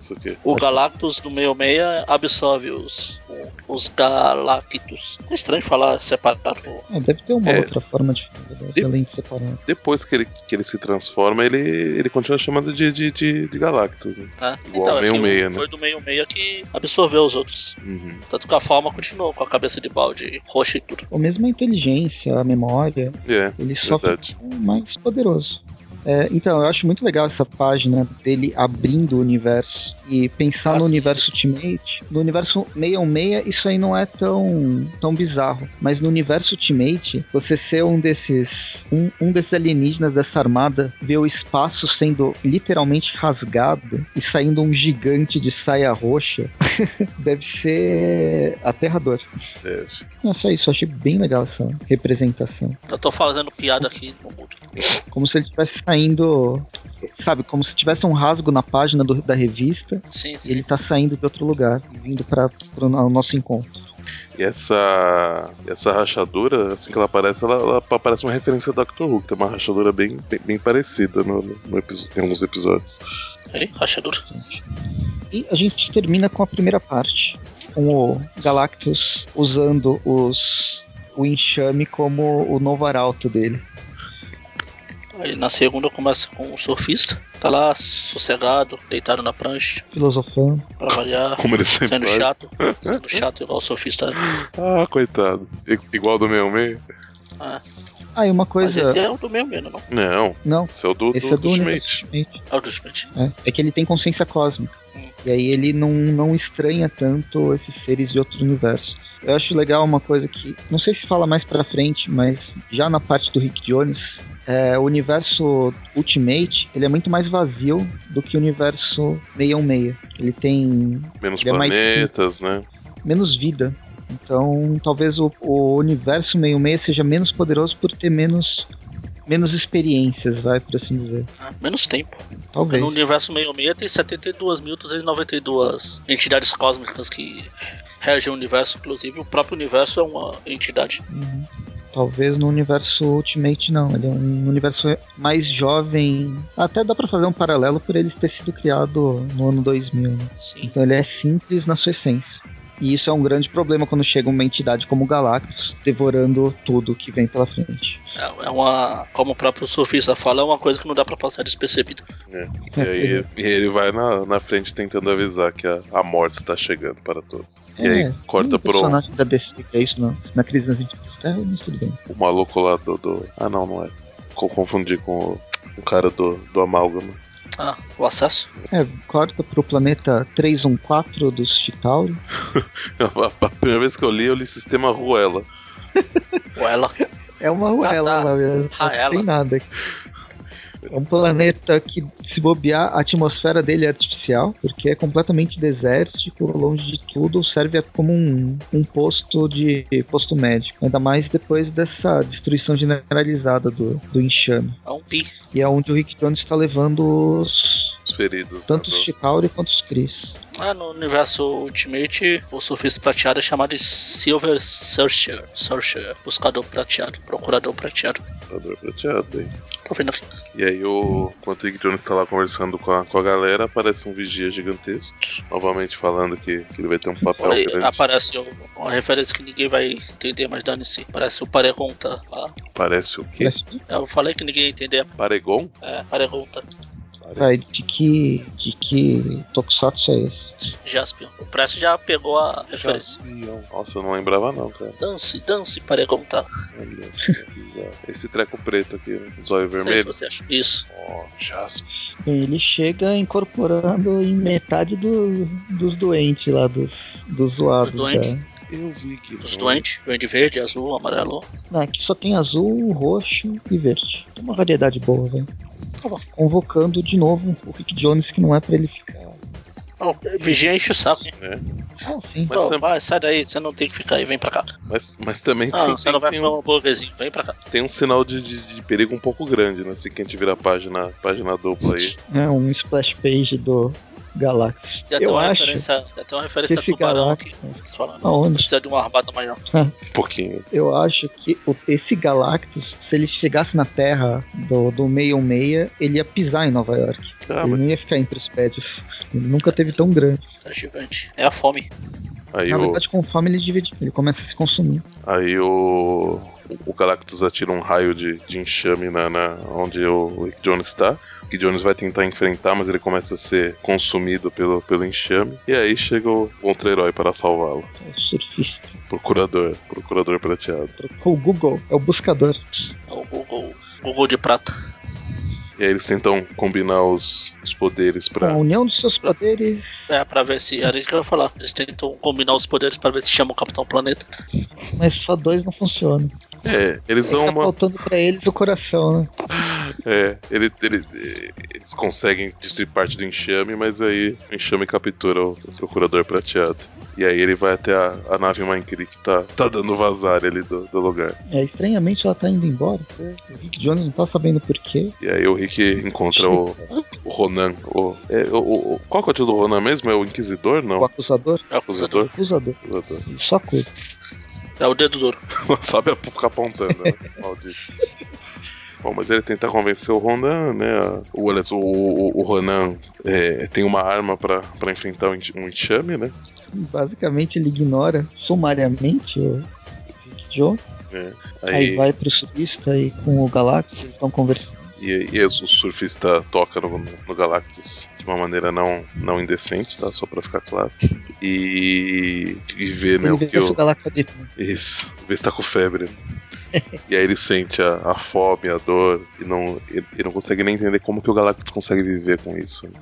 [SPEAKER 5] Isso aqui.
[SPEAKER 3] O Galactus do meio meia absorve os, os Galactus. É estranho falar separado.
[SPEAKER 4] É, deve ter uma
[SPEAKER 5] É.
[SPEAKER 4] outra forma de fazer,
[SPEAKER 5] De-
[SPEAKER 4] além de separar.
[SPEAKER 5] Depois que ele, que ele se transforma, ele, ele continua chamando de, de, de, de Galactus, né?
[SPEAKER 3] Né?
[SPEAKER 5] Igual ao meio
[SPEAKER 3] que o-
[SPEAKER 5] meia, né?
[SPEAKER 3] Foi do meio meia que absorveu os outros.
[SPEAKER 5] Uhum.
[SPEAKER 3] Tanto que a forma continuou com a cabeça de balde roxa e tudo.
[SPEAKER 4] Ou mesmo a inteligência, a memória,
[SPEAKER 5] É,
[SPEAKER 4] ele só
[SPEAKER 5] verdade.
[SPEAKER 4] fica mais poderoso. É, então, eu acho muito legal essa página dele abrindo o universo e pensar
[SPEAKER 3] Nossa.
[SPEAKER 4] no universo Ultimate. No universo 616, isso aí não é tão, tão bizarro, mas no universo Ultimate, você ser um desses um, um desses alienígenas dessa armada, ver o espaço sendo literalmente rasgado e saindo um gigante de saia roxa, [laughs] deve ser aterrador.
[SPEAKER 5] É.
[SPEAKER 4] É só isso, eu achei bem legal essa representação.
[SPEAKER 3] Eu tô fazendo piada aqui no mundo.
[SPEAKER 4] Como se ele estivesse saindo. Sabe, como se tivesse um rasgo na página do- da revista
[SPEAKER 3] Sim,
[SPEAKER 4] e
[SPEAKER 3] sim.
[SPEAKER 4] ele tá saindo de outro lugar, vindo para o nosso encontro.
[SPEAKER 5] E essa, essa rachadura, assim que ela aparece, ela, ela parece uma referência a Doctor Who, que tem uma rachadura bem, bem, bem parecida no, no- no episo- em alguns episódios.
[SPEAKER 3] Ei, rachadura.
[SPEAKER 4] E a gente termina com a primeira parte, com o Galactus usando os o enxame como o novo arauto dele.
[SPEAKER 3] Aí na segunda começa com o surfista. Tá lá, sossegado, deitado na prancha,
[SPEAKER 4] Filosofando.
[SPEAKER 3] pra variar.
[SPEAKER 5] Como ele sempre
[SPEAKER 3] Sendo
[SPEAKER 5] faz.
[SPEAKER 3] chato, sendo chato igual o surfista.
[SPEAKER 5] Ah, coitado. I- igual do meu meio?
[SPEAKER 3] Ah,
[SPEAKER 4] Ah, e uma
[SPEAKER 3] mas
[SPEAKER 4] coisa.
[SPEAKER 3] esse é o do meio meia, não? é?
[SPEAKER 5] Não,
[SPEAKER 4] Não,
[SPEAKER 5] esse é o do,
[SPEAKER 4] esse
[SPEAKER 5] do,
[SPEAKER 4] é do
[SPEAKER 5] Ultimate.
[SPEAKER 4] universo Ultimate.
[SPEAKER 3] É o do Smith.
[SPEAKER 4] né? É que ele tem consciência cósmica.
[SPEAKER 3] Hum.
[SPEAKER 4] E aí ele não, não estranha tanto esses seres de outro universo. Eu acho legal uma coisa que, não sei se fala mais pra frente, mas já na parte do Rick Jones, é, o universo Ultimate, ele é muito mais vazio do que o universo 616. Ele tem
[SPEAKER 5] Menos
[SPEAKER 4] Ele é mais
[SPEAKER 5] planetas, né?
[SPEAKER 4] menos vida. Então, talvez o, o universo 616 seja menos poderoso por ter menos, menos experiências, vai, por assim dizer.
[SPEAKER 3] Ah, menos tempo.
[SPEAKER 4] Talvez.
[SPEAKER 3] No universo meio meia tem 72.292 entidades cósmicas que regem o universo, inclusive o próprio universo é uma entidade.
[SPEAKER 4] Uhum. Talvez no universo Ultimate não, ele é um universo mais jovem. Até dá pra fazer um paralelo por ele ter sido criado no ano 2000. né?
[SPEAKER 3] Sim.
[SPEAKER 4] Então ele é simples na sua essência. E isso é um grande problema quando chega uma entidade como o Galactus devorando tudo que vem pela frente.
[SPEAKER 3] É é uma, como o próprio surfista fala, é uma coisa que não dá pra passar despercebida.
[SPEAKER 4] É,
[SPEAKER 5] E aí e ele vai na, na frente tentando avisar que a, a morte está chegando para todos. E
[SPEAKER 4] É,
[SPEAKER 5] aí corta
[SPEAKER 4] tem
[SPEAKER 5] pro
[SPEAKER 4] personagem da DC que é isso não. na crise nas entrevistas, mas tudo bem.
[SPEAKER 5] o maluco lá do, do- Ah não, não é. Co- Confundi com o, o cara do, do amálgama.
[SPEAKER 3] Ah, o acesso?
[SPEAKER 4] É, corta pro planeta 314 dos Chitauri.
[SPEAKER 5] A, a primeira vez que eu li, eu li Sistema Ruela.
[SPEAKER 3] Ou ela?
[SPEAKER 4] É uma ruela
[SPEAKER 3] tá.
[SPEAKER 4] lá mesmo.
[SPEAKER 3] Ah,
[SPEAKER 4] não
[SPEAKER 3] ela.
[SPEAKER 4] tem nada. É um planeta que, se bobear, a atmosfera dele é artificial, porque é completamente desértico, longe de tudo, serve como um, um posto de posto médico. Ainda mais depois dessa destruição generalizada do, do enxame.
[SPEAKER 3] É um pi.
[SPEAKER 4] E é onde o Rick Jones está levando os,
[SPEAKER 5] Os feridos. né,
[SPEAKER 4] tanto
[SPEAKER 5] do-
[SPEAKER 4] os Chitauri quanto os Chris.
[SPEAKER 3] Ah, no universo Ultimate, o surfista prateado é chamado de Silver Searcher. Searcher, buscador prateado, procurador prateado.
[SPEAKER 5] Salvador Prateado, hein?
[SPEAKER 3] Tá vendo aqui?
[SPEAKER 5] E aí, o, enquanto o Rick Jones tá lá conversando com a, com a galera, aparece um vigia gigantesco, novamente falando que, que ele vai ter um papel
[SPEAKER 3] Olha aí,
[SPEAKER 5] grande.
[SPEAKER 3] aparece o- uma referência que ninguém vai entender, mas dane-se. Parece o Paregonta lá.
[SPEAKER 5] Parece o quê?
[SPEAKER 4] Parece que
[SPEAKER 3] Eu falei que ninguém ia entender.
[SPEAKER 5] Paregon?
[SPEAKER 3] É, Paregonta.
[SPEAKER 4] vai, de que, de que Tokusatsu é esse?
[SPEAKER 3] Jaspion. O Press já pegou a referência.
[SPEAKER 5] Nossa, eu não lembrava não, cara.
[SPEAKER 3] Dance, dance, Paregonta.
[SPEAKER 5] Olha, que esse treco preto aqui, né? zóio
[SPEAKER 3] Não sei se
[SPEAKER 5] vermelho.
[SPEAKER 3] você acha. Isso.
[SPEAKER 5] Ó, Jasper.
[SPEAKER 4] Bem, ele chega incorporando em metade do- dos doentes lá, dos, dos zoados.
[SPEAKER 3] Dos doentes?
[SPEAKER 4] né?
[SPEAKER 5] Eu vi que.
[SPEAKER 3] Os
[SPEAKER 5] não-
[SPEAKER 3] doentes, doente verde, azul, amarelo.
[SPEAKER 4] Não, aqui Ah, só tem azul, roxo e verde. Tem uma variedade boa, velho.
[SPEAKER 3] Tá bom.
[SPEAKER 4] Convocando de novo o Rick Jones, que não é pra ele ficar.
[SPEAKER 3] Não, vigia enche o saco. hein?
[SPEAKER 4] Ah, sim.
[SPEAKER 5] Mas
[SPEAKER 3] Ô,
[SPEAKER 5] tam-
[SPEAKER 3] vai, sai daí, você não tem que ficar aí, vem pra cá.
[SPEAKER 5] Mas, mas também
[SPEAKER 3] Não,
[SPEAKER 5] tem,
[SPEAKER 3] você
[SPEAKER 5] tem-
[SPEAKER 3] não vai
[SPEAKER 5] tem
[SPEAKER 3] comer
[SPEAKER 5] um,
[SPEAKER 3] um hambúrguerzinho, vem pra cá.
[SPEAKER 5] tem um sinal de, de- de perigo um pouco grande, né? Se que a gente vira a página, página dupla aí.
[SPEAKER 4] É um splash page do Galactus.
[SPEAKER 3] Já tem
[SPEAKER 4] Eu
[SPEAKER 3] uma
[SPEAKER 4] acho
[SPEAKER 3] referência, já tem uma
[SPEAKER 4] que Ah.
[SPEAKER 3] referência a
[SPEAKER 4] esse
[SPEAKER 3] tubarão
[SPEAKER 4] Galactus.
[SPEAKER 3] aqui. Eles falam, não,
[SPEAKER 4] Aonde?
[SPEAKER 3] precisa de uma armada maior.
[SPEAKER 5] Um pouquinho.
[SPEAKER 4] Eu acho que o- esse Galactus, se ele chegasse na Terra do, do 616, ele ia pisar em Nova York.
[SPEAKER 5] Ah,
[SPEAKER 4] ele
[SPEAKER 5] mas
[SPEAKER 4] não ia ficar entre os prédios. Ele nunca teve tão grande.
[SPEAKER 3] Tá gigante. É a fome.
[SPEAKER 5] aí
[SPEAKER 4] Na
[SPEAKER 5] o,
[SPEAKER 4] verdade, com fome ele divide, ele começa a se consumir.
[SPEAKER 5] aí o, o Galactus atira um raio de, de enxame na, na- onde o Rick Jones está. O Rick Jones vai tentar enfrentar, mas ele começa a ser consumido pelo, pelo enxame. E aí chega o contra-herói para salvá-lo.
[SPEAKER 4] É o surfista.
[SPEAKER 5] Procurador, procurador prateado.
[SPEAKER 4] O Google é o buscador.
[SPEAKER 3] É o Google, Google de prata.
[SPEAKER 5] E aí eles tentam combinar os, os poderes
[SPEAKER 4] Com
[SPEAKER 5] pra.
[SPEAKER 4] a união dos seus poderes.
[SPEAKER 3] É, pra ver se. Era isso que eu ia falar. Eles tentam combinar os poderes pra ver se chama o Capitão Planeta.
[SPEAKER 4] Mas só dois não funcionam.
[SPEAKER 5] É, eles dão
[SPEAKER 4] Tá
[SPEAKER 5] uma.
[SPEAKER 4] faltando pra eles o coração, né?
[SPEAKER 5] É, ele, ele- eles conseguem destruir parte do enxame, mas aí o enxame captura o procurador prateado. E aí ele vai até a, a nave Minecraft que tá, tá dando vazar ali do, do lugar.
[SPEAKER 4] É, estranhamente ela tá indo embora. O Rick Jones não tá sabendo por quê.
[SPEAKER 5] E aí o Rick encontra o, o Ronan. O, é, o- o- o- qual que é o título do Ronan mesmo? É o Inquisidor?
[SPEAKER 4] O
[SPEAKER 5] Não?
[SPEAKER 4] acusador,
[SPEAKER 3] É o
[SPEAKER 4] o
[SPEAKER 5] Acusador?
[SPEAKER 4] acusador.
[SPEAKER 5] Acusador.
[SPEAKER 4] Ele só cuida.
[SPEAKER 3] É o dedo duro.
[SPEAKER 5] [laughs] Sabe ficar apontando, né? [laughs] Maldito. Bom, mas ele tenta convencer o Ronan, né? a- O, aliás, o, o, o Ronan é, tem uma arma pra pra enfrentar um enx- um enxame, né?
[SPEAKER 4] Basicamente ele ignora sumariamente o Rick Jones. Aí, vai pro surfista e com o Galactus, eles estão conversando.
[SPEAKER 5] E, e o surfista toca no, no Galactus de uma maneira não, não indecente, tá? Só pra ficar claro. E, e vê, né,
[SPEAKER 4] Ele
[SPEAKER 5] o
[SPEAKER 4] vê
[SPEAKER 5] que
[SPEAKER 4] se o
[SPEAKER 5] eu.
[SPEAKER 4] Galactus é de-
[SPEAKER 5] Isso, vê se tá com febre. né? e aí ele sente a, a fome, a dor, e não, e, e não consegue nem entender como que o Galactus consegue viver com isso. né?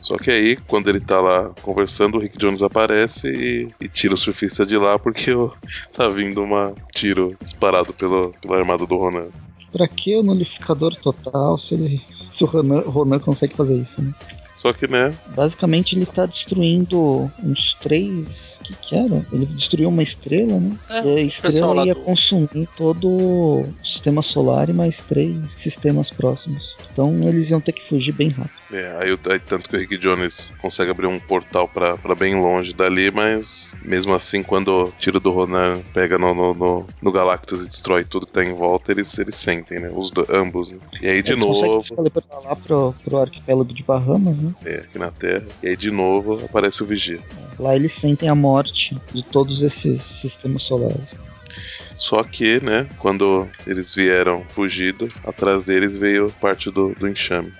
[SPEAKER 5] Só que aí, quando ele tá lá conversando, o Rick Jones aparece e, e tira o surfista de lá porque ó, tá vindo uma tiro disparado pelo, pela armada do Ronan.
[SPEAKER 4] Pra que o nulificador total se, ele, se o Ronan, Ronan consegue fazer isso? Né?
[SPEAKER 5] Só que, né,
[SPEAKER 4] Basicamente ele tá destruindo uns três. O que, que era? Ele destruiu uma estrela, né?
[SPEAKER 3] É,
[SPEAKER 4] e a
[SPEAKER 3] pessoal lá
[SPEAKER 4] estrela ia
[SPEAKER 3] do-
[SPEAKER 4] consumir todo o sistema solar e mais três sistemas próximos. Então eles iam ter que fugir bem rápido.
[SPEAKER 5] É, aí, o- aí tanto que o Rick Jones consegue abrir um portal pra pra bem longe dali, mas mesmo assim, quando o tiro do Ronan pega no, no, no- no Galactus e destrói tudo que tá em volta, eles, eles sentem, né? Os do- ambos, né? E aí de
[SPEAKER 4] eles conseguem se
[SPEAKER 5] novo,
[SPEAKER 4] teleportar lá pro, pro arquipélago de Bahamas, né?
[SPEAKER 5] é, aqui na Terra, e aí de novo aparece o Vigia.
[SPEAKER 4] Lá eles sentem a morte de todos esses sistemas solares.
[SPEAKER 5] Só que, né, quando eles vieram fugido, atrás deles veio parte do, do enxame.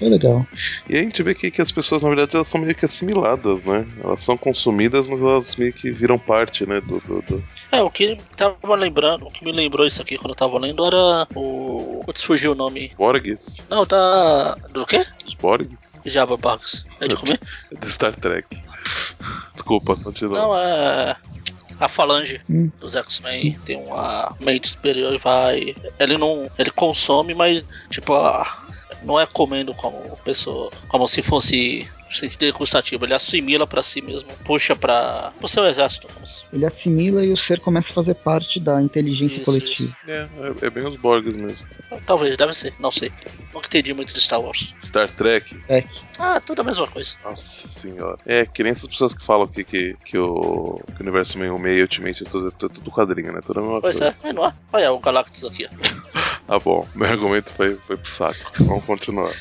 [SPEAKER 4] Foi legal.
[SPEAKER 5] E aí a gente vê que, que as pessoas, na verdade, elas são meio que assimiladas, né? Elas são consumidas, mas elas meio que viram parte, né? Do, do, do-
[SPEAKER 3] É, o que tava lembrando, o que me lembrou isso aqui quando eu tava lendo era o. Putz, fugiu o nome.
[SPEAKER 5] Borgs.
[SPEAKER 3] Não, da. Do quê?
[SPEAKER 5] Os Borgs?
[SPEAKER 3] Java Bugs. É de comer?
[SPEAKER 5] Do Star Trek. Desculpa, continua.
[SPEAKER 3] Não, é. A falange
[SPEAKER 4] Hum.
[SPEAKER 3] dos X-Men tem uma mente superior e vai. Ele não. Ele consome, mas tipo, a- não é comendo como pessoa. Como se fosse sentido gustativo. Ele assimila pra si mesmo. Puxa pra. pro seu exército. como se-
[SPEAKER 4] Ele assimila e o ser começa a fazer parte da inteligência
[SPEAKER 3] Isso,
[SPEAKER 4] coletiva.
[SPEAKER 5] É, é, é bem os Borgs mesmo.
[SPEAKER 3] Talvez, deve ser, não sei. Nunca entendi muito de Star Wars.
[SPEAKER 5] Star Trek,
[SPEAKER 4] É.
[SPEAKER 3] Ah, tudo a mesma coisa.
[SPEAKER 5] Nossa senhora. É, que nem essas pessoas que falam que, que, que o, que o universo meio meio ultimate é tudo, tudo, tudo quadrinho, né? Tudo a mesma
[SPEAKER 3] Pois
[SPEAKER 5] coisa.
[SPEAKER 3] é, é, não é? Olha o Galactus aqui. ó.
[SPEAKER 5] Tá bom, meu argumento foi, foi pro saco. Vamos continuar.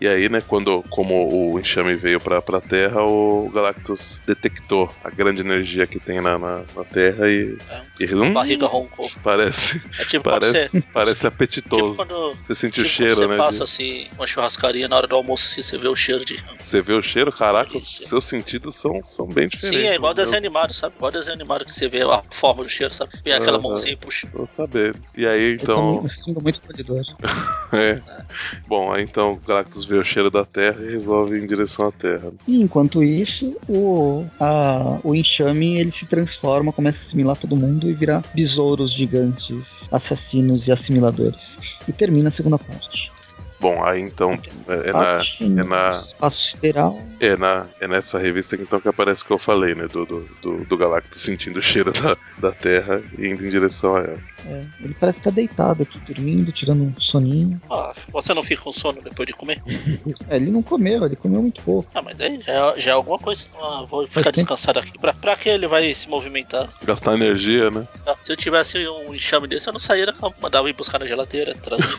[SPEAKER 5] E aí, né, quando como o enxame veio pra, pra Terra, o Galactus detectou a grande energia que tem na, na, na Terra e.
[SPEAKER 3] É.
[SPEAKER 5] e ele, hum,
[SPEAKER 3] Barriga roncou.
[SPEAKER 5] Parece,
[SPEAKER 3] É tipo quando você.
[SPEAKER 5] parece, parece
[SPEAKER 3] Tipo
[SPEAKER 5] apetitoso.
[SPEAKER 3] quando.
[SPEAKER 5] Você sente
[SPEAKER 3] Tipo,
[SPEAKER 5] o cheiro,
[SPEAKER 3] você
[SPEAKER 5] né?
[SPEAKER 3] passa
[SPEAKER 5] de-
[SPEAKER 3] assim uma churrascaria na hora do almoço assim, você vê o cheiro de.
[SPEAKER 5] Você vê o cheiro, caraca, os
[SPEAKER 3] Delícia.
[SPEAKER 5] seus sentidos são, são bem diferentes.
[SPEAKER 3] Sim, é igual
[SPEAKER 5] meu Deus.
[SPEAKER 3] desenho animado, sabe? Igual desenho animado que você vê a forma do cheiro, sabe? Vê aquela
[SPEAKER 5] Aham.
[SPEAKER 3] mãozinha e puxa.
[SPEAKER 5] Vou saber. E aí,
[SPEAKER 4] Eu tô
[SPEAKER 5] então.
[SPEAKER 4] muito, sinto muito acolhedor.
[SPEAKER 5] [laughs] É. Bom, aí então o Galactus vê o cheiro da Terra e resolve ir em direção à Terra.
[SPEAKER 4] E enquanto isso, o, a- o enxame ele se transforma, começa a assimilar todo mundo e virar besouros gigantes, assassinos e assimiladores. E termina a segunda parte.
[SPEAKER 5] Bom, aí então é, é na,
[SPEAKER 4] parte
[SPEAKER 5] é na-
[SPEAKER 4] espaço sideral.
[SPEAKER 5] é, na, é nessa revista que, então que aparece o que eu falei, né? Do, do, do, do Galactus sentindo o cheiro da, da Terra e indo em direção a ela.
[SPEAKER 4] é, ele parece estar deitado aqui, dormindo, tirando um soninho.
[SPEAKER 3] Ah, você não fica com sono depois de comer?
[SPEAKER 4] É, ele não comeu, ele comeu muito pouco.
[SPEAKER 3] Ah, mas daí já, é- já é alguma coisa. Ah, vou ficar
[SPEAKER 4] tempo.
[SPEAKER 3] descansado aqui. Pra, pra que ele vai se movimentar?
[SPEAKER 5] Gastar energia, né?
[SPEAKER 3] Se eu tivesse um enxame desse, eu não saía da cama. Mandava ir buscar na geladeira,
[SPEAKER 4] [laughs]
[SPEAKER 3] trazer.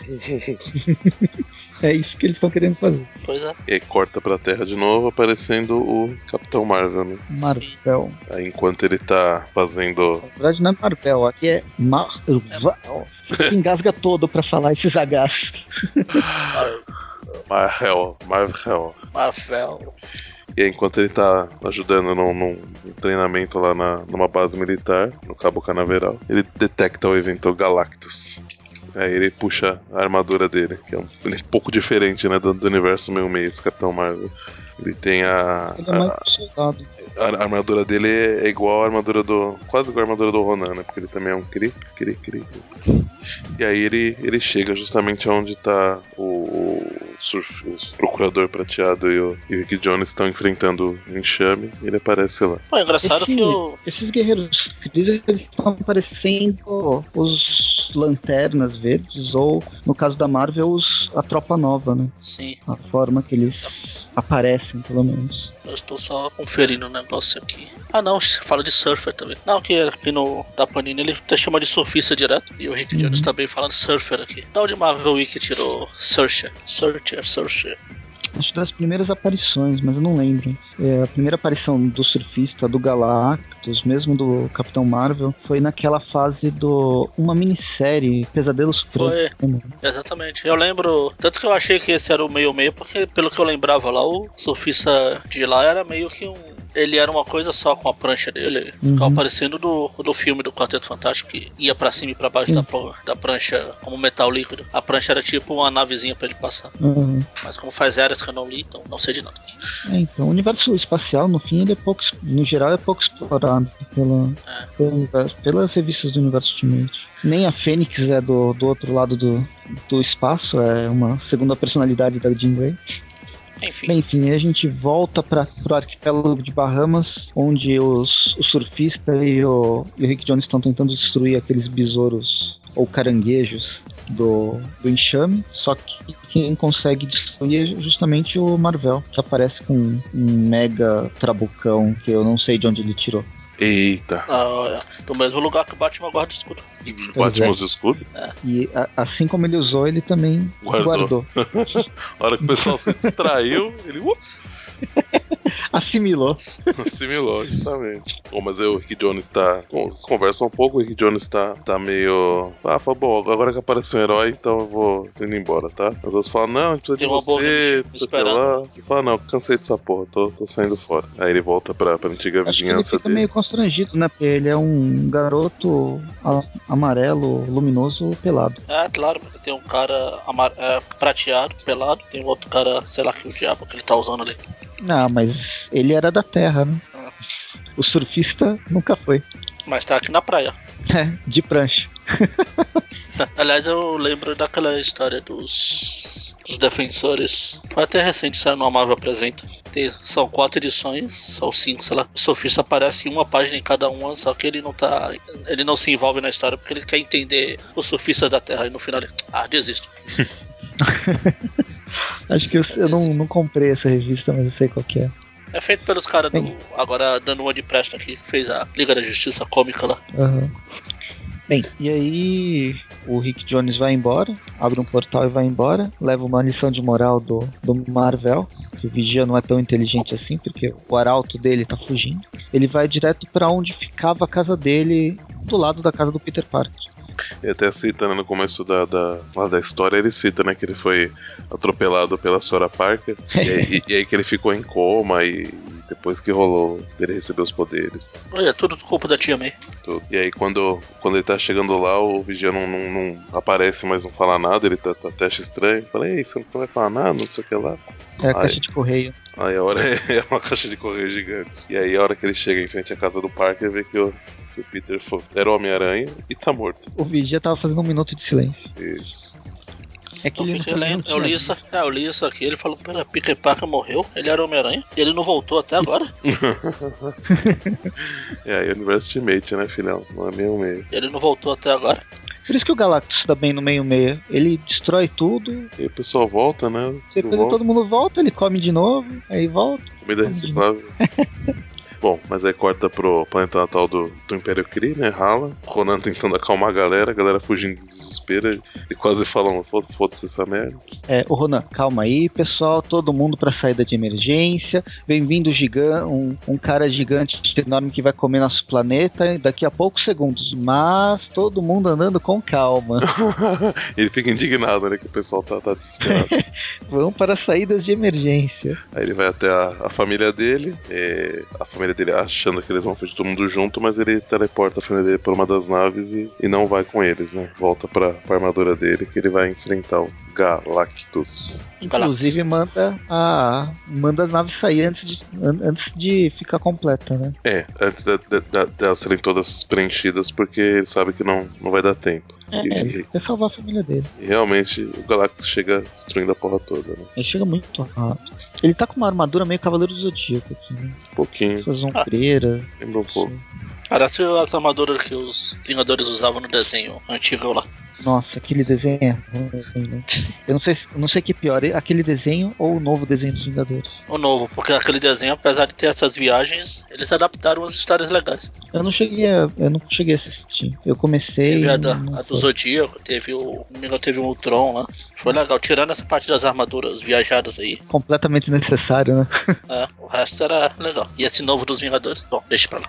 [SPEAKER 4] É isso que eles estão querendo fazer.
[SPEAKER 3] Pois é.
[SPEAKER 5] E aí corta pra Terra de novo, aparecendo o Capitão Marvel, né?
[SPEAKER 4] Marvel.
[SPEAKER 5] Aí enquanto ele tá fazendo.
[SPEAKER 4] Na verdade não é Marvel, aqui é Marvel.
[SPEAKER 5] É.
[SPEAKER 4] Você se engasga todo pra falar esses Hs.
[SPEAKER 3] Mar-
[SPEAKER 5] Marvel, Marvel.
[SPEAKER 3] Marvel.
[SPEAKER 5] E aí, enquanto ele tá ajudando num, num- num treinamento lá na, numa base militar, no Cabo Canaveral, ele detecta o evento Galactus. Aí ele puxa a armadura dele, que é um, ele é um pouco diferente, né, do, do universo meio meio esse Capitão Marvel. Ele tem a.
[SPEAKER 4] Ele é mais
[SPEAKER 5] A,
[SPEAKER 4] um soldado.
[SPEAKER 5] a armadura dele é igual à armadura do. quase igual à armadura do Ronan, né? Porque ele também é um Cri, Cri, Cri. E aí ele, ele chega justamente onde tá o, o, surf- o Procurador Prateado e o, e o Rick Jones estão enfrententando o enxame e ele aparece lá.
[SPEAKER 3] Pô, é engraçado
[SPEAKER 4] Esse-
[SPEAKER 3] que o.
[SPEAKER 4] Esses guerreiros dizem que eles estão parecendo os lanternas verdes, ou no caso da Marvel, os, a tropa nova, né?
[SPEAKER 3] Sim,
[SPEAKER 4] A forma que eles aparecem, pelo menos.
[SPEAKER 3] eu estou só conferindo o negócio aqui. Ah não, fala de surfer também. Não, que aqui no da Panini ele até chama de surfista direto. E o Rick
[SPEAKER 4] Uhum.
[SPEAKER 3] Jones também falando surfer aqui. Da onde Marvel Wiki tirou Searcher? Searcher, Searcher.
[SPEAKER 4] Acho das primeiras aparições, mas eu não lembro. É, a primeira aparição do surfista, do Galactus, mesmo do Capitão Marvel, foi naquela fase do. uma minissérie, Pesadelos
[SPEAKER 3] Foi.
[SPEAKER 4] Crônicos. né?
[SPEAKER 3] Exatamente. Eu lembro. Tanto que eu achei que esse era o meio-meio, porque pelo que eu lembrava lá, o surfista de lá era meio que um. Ele era uma coisa só com a prancha dele.
[SPEAKER 4] Uhum.
[SPEAKER 3] Ficava parecendo do, do filme do Quarteto Fantástico, que ia pra cima e pra baixo da, pro- da prancha como metal líquido. A prancha era tipo uma navezinha pra ele passar.
[SPEAKER 4] Uhum.
[SPEAKER 3] Mas como faz eras que eu não li, então não sei de nada.
[SPEAKER 4] É, então, o universo espacial, no fim, ele é pouco, es- no geral, é pouco explorado pela,
[SPEAKER 3] É.
[SPEAKER 4] pelo universo- pelas revistas do universo Ultimate. Nem a Fênix é do, do outro lado do, do espaço, é uma segunda personalidade da Jean Grey.
[SPEAKER 3] Enfim,
[SPEAKER 4] Bem, enfim, aí a gente volta para o arquipélago de Bahamas, onde os, o surfista e o, e o Rick Jones estão tentando destruir aqueles besouros ou caranguejos do, do enxame. Só que quem consegue destruir é justamente o Marvel, que aparece com um mega trabucão que eu não sei de onde ele tirou.
[SPEAKER 5] Eita!
[SPEAKER 3] ah, do mesmo lugar que o Batman guarda o escudo.
[SPEAKER 5] Batman os escudos?
[SPEAKER 4] E a- assim como ele usou, ele também
[SPEAKER 5] Guardou.
[SPEAKER 4] guardou.
[SPEAKER 5] A hora que o pessoal se distraiu, ele. "Ups,
[SPEAKER 4] Assimilou.
[SPEAKER 5] Assimilou, justamente. Bom, mas aí o Rick Jones tá. bom, Eles conversam um pouco, o Rick Jones tá, tá meio. Ah, fala, bom, agora que apareceu um herói, então eu vou tô indo embora, tá? Os outros falam, não, a gente precisa
[SPEAKER 3] Tem
[SPEAKER 5] de
[SPEAKER 3] uma boa
[SPEAKER 5] você,
[SPEAKER 3] gente
[SPEAKER 5] precisa de
[SPEAKER 3] esperando.
[SPEAKER 5] lá. Ele fala, não, cansei dessa porra, tô, tô saindo fora. Aí ele volta pra, pra antiga
[SPEAKER 4] Acho que ele
[SPEAKER 5] vizinhança
[SPEAKER 4] fica
[SPEAKER 5] dele.
[SPEAKER 4] meio constrangido, né? Porque ele é um garoto a- amarelo, luminoso, pelado.
[SPEAKER 3] É, claro, porque tem um cara amar- é, prateado, pelado, tem um outro cara, sei lá que o diabo que ele tá usando ali.
[SPEAKER 4] Ah, mas ele era da terra, né?
[SPEAKER 3] Ah.
[SPEAKER 4] O surfista nunca foi.
[SPEAKER 3] Mas tá aqui na praia. [laughs]
[SPEAKER 4] É, de prancha.
[SPEAKER 3] Aliás, eu lembro daquela história dos, dos defensores. Foi até recente, saiu no Amável Apresenta. Tem- são quatro edições, são cinco, sei lá. O surfista aparece em uma página em cada uma, só que ele não tá. Ele não se envolve na história porque ele quer entender os surfistas da Terra. E no final ele. Ah, desisto.
[SPEAKER 4] Acho que eu, eu não, não comprei essa revista, mas eu sei qual que é.
[SPEAKER 3] É feito pelos caras do. Agora dando uma de presta aqui, que fez a Liga da Justiça cômica lá.
[SPEAKER 4] Aham. Bem, e aí o Rick Jones vai embora, abre um portal e vai embora, leva uma lição de moral do, do Marvel, que o Vigia não é tão inteligente assim, porque o arauto dele tá fugindo. Ele vai direto pra onde ficava a casa dele, do lado da casa do Peter Parker.
[SPEAKER 5] E até cita, né, no começo da, da, lá da história, ele cita, né, que ele foi atropelado pela Sora Parker. e, aí, e aí que ele ficou em coma e, e depois que rolou, ele recebeu os poderes.
[SPEAKER 3] Olha, é tudo culpa da Tia May.
[SPEAKER 5] tudo. E aí quando, quando ele tá chegando lá, o Vigia não, não, não aparece, mas não fala nada, ele tá, tá até acha estranho. Fala, ei, você não, você não vai falar nada, não sei o que lá.
[SPEAKER 4] É a
[SPEAKER 5] Ai.
[SPEAKER 4] caixa de correio.
[SPEAKER 5] Aí a hora [laughs] é uma caixa de correio gigante. E aí a hora que ele chega em frente à casa do Parker, vê que o, que o Peter foi- era o Homem-Aranha e tá morto.
[SPEAKER 4] O Vigia tava fazendo um minuto de silêncio.
[SPEAKER 5] Isso.
[SPEAKER 4] É que
[SPEAKER 3] Eu,
[SPEAKER 4] ele não
[SPEAKER 3] fiquei
[SPEAKER 4] fazia
[SPEAKER 3] lendo,
[SPEAKER 4] um
[SPEAKER 3] eu, li isso,
[SPEAKER 4] silêncio.
[SPEAKER 3] é, eu li isso aqui, ele falou, pera, Peter Parker morreu, ele era Homem-Aranha, e ele não voltou até agora.
[SPEAKER 5] É aí Universo Ultimate, né, filhão? Não é meio meio.
[SPEAKER 3] Ele não voltou até agora.
[SPEAKER 4] Por isso que o Galactus dá bem no meio-meia. Ele destrói tudo,
[SPEAKER 5] E o pessoal volta, né? Tudo
[SPEAKER 4] depois
[SPEAKER 5] volta,
[SPEAKER 4] todo mundo volta, ele come de novo, aí volta.
[SPEAKER 5] comida reciclável. Bom, mas aí corta pro planeta natal do, do Império Kree, né? Rala. Conan tentando acalmar a galera, a galera fugindo de desespero e- e quase falam: "Foda- foda-se essa merda. [laughs]
[SPEAKER 4] É, ô Ronan, calma aí, pessoal, todo mundo pra saída de emergência. Bem-vindo, gigan- um, um cara gigante enorme que vai comer nosso planeta em- daqui a poucos segundos. Mas todo mundo andando com calma. [laughs]
[SPEAKER 5] Ele fica indignado, né? Que o pessoal tá, tá desesperado.
[SPEAKER 4] Vão para as saídas de emergência.
[SPEAKER 5] Aí ele vai até a, a família dele, é, a família dele achando que eles vão fugir todo mundo junto, mas ele teleporta a família dele por uma das naves e, e não vai com eles, né? Volta pra, pra armadura dele que ele vai enfrentar o Galactus.
[SPEAKER 4] Inclusive manda a manda as naves sair antes de, an- antes de ficar completa, né?
[SPEAKER 5] É, antes da- da- da- delas serem todas preenchidas, porque ele sabe que não, não vai dar tempo.
[SPEAKER 4] É,
[SPEAKER 5] E-
[SPEAKER 4] é, é salvar a família dele.
[SPEAKER 5] E realmente o Galactus chega destruindo a porra toda, né?
[SPEAKER 4] Ele chega muito rápido. Ele tá com uma armadura meio Cavaleiro do Zodíaco aqui, né?
[SPEAKER 5] Um pouquinho,
[SPEAKER 4] Essas ombreiras.
[SPEAKER 5] lembra um pouco.
[SPEAKER 4] assim.
[SPEAKER 3] Parece assim as armaduras que os Vingadores usavam no desenho antigo lá.
[SPEAKER 4] Nossa, aquele desenho é ruim, né? Eu não sei, se- eu não sei que é pior, aquele desenho ou o novo desenho dos Vingadores.
[SPEAKER 3] O novo, porque aquele desenho, apesar de ter essas viagens, eles adaptaram as histórias legais.
[SPEAKER 4] Eu não cheguei a, eu não cheguei a assistir. Eu comecei.
[SPEAKER 3] Teve a,
[SPEAKER 4] e
[SPEAKER 3] da,
[SPEAKER 4] não
[SPEAKER 3] a do
[SPEAKER 4] foi.
[SPEAKER 3] Zodíaco, teve o. se não me engano, Teve o Ultron lá. Foi legal, tirando essa parte das armaduras viajadas aí.
[SPEAKER 4] Completamente desnecessário, né?
[SPEAKER 3] né, o resto era legal. E esse novo dos Vingadores? Bom, deixa pra lá.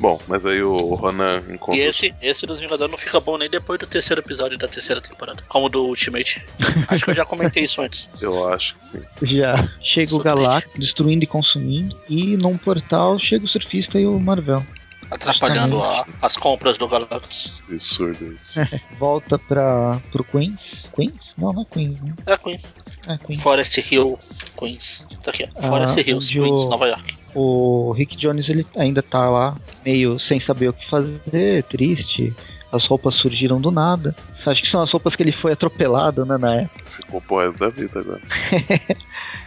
[SPEAKER 5] Bom, mas aí o Ronan
[SPEAKER 3] E
[SPEAKER 5] encontra.
[SPEAKER 3] esse, esse dos Vingadores não fica bom nem depois do terceiro episódio da terceira temporada, como do
[SPEAKER 4] [laughs]
[SPEAKER 3] Ultimate. Acho que eu já comentei isso antes.
[SPEAKER 5] Eu acho que sim.
[SPEAKER 4] Já chega o Galactus destruindo e consumindo e num portal chega o surfista e o Marvel.
[SPEAKER 3] Atrapalhando a- as compras do Galactus.
[SPEAKER 5] Absurdo
[SPEAKER 4] É.
[SPEAKER 5] isso.
[SPEAKER 4] Volta para pro Queens. Queens? Não, não é Queens, né?
[SPEAKER 3] É Queens.
[SPEAKER 4] É Queens.
[SPEAKER 3] Forest Hill, Queens. Tá aqui, ó.
[SPEAKER 4] Ah,
[SPEAKER 3] Forest Hills,
[SPEAKER 4] onde o-
[SPEAKER 3] Queens, Nova York.
[SPEAKER 4] O Rick Jones ele ainda tá lá, meio sem saber o que fazer, triste. As roupas surgiram do nada. Acho que são as roupas que ele foi atropelado, né, na época.
[SPEAKER 5] Ficou pro resto da vida agora.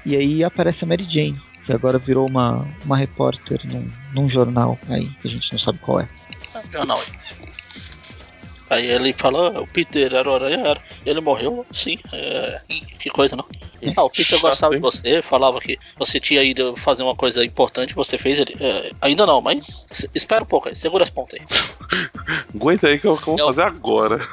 [SPEAKER 4] E aí aparece a Mary Jane, que agora virou uma, uma repórter num, num jornal aí, que a gente não sabe qual é.
[SPEAKER 3] Já não. Aí ele fala, ah, o Peter era o aranha, era. Ele morreu? Sim. É... ih, Que coisa, não? Ah, o Peter
[SPEAKER 5] Chato,
[SPEAKER 3] gostava
[SPEAKER 5] hein?
[SPEAKER 3] de você, falava que você tinha ido fazer uma coisa importante, você fez ele. "É, ainda não, mas se- espera um pouco aí, segura as pontas [laughs] aí.
[SPEAKER 5] Aguenta aí que eu, que eu vou
[SPEAKER 3] Não.
[SPEAKER 5] fazer agora.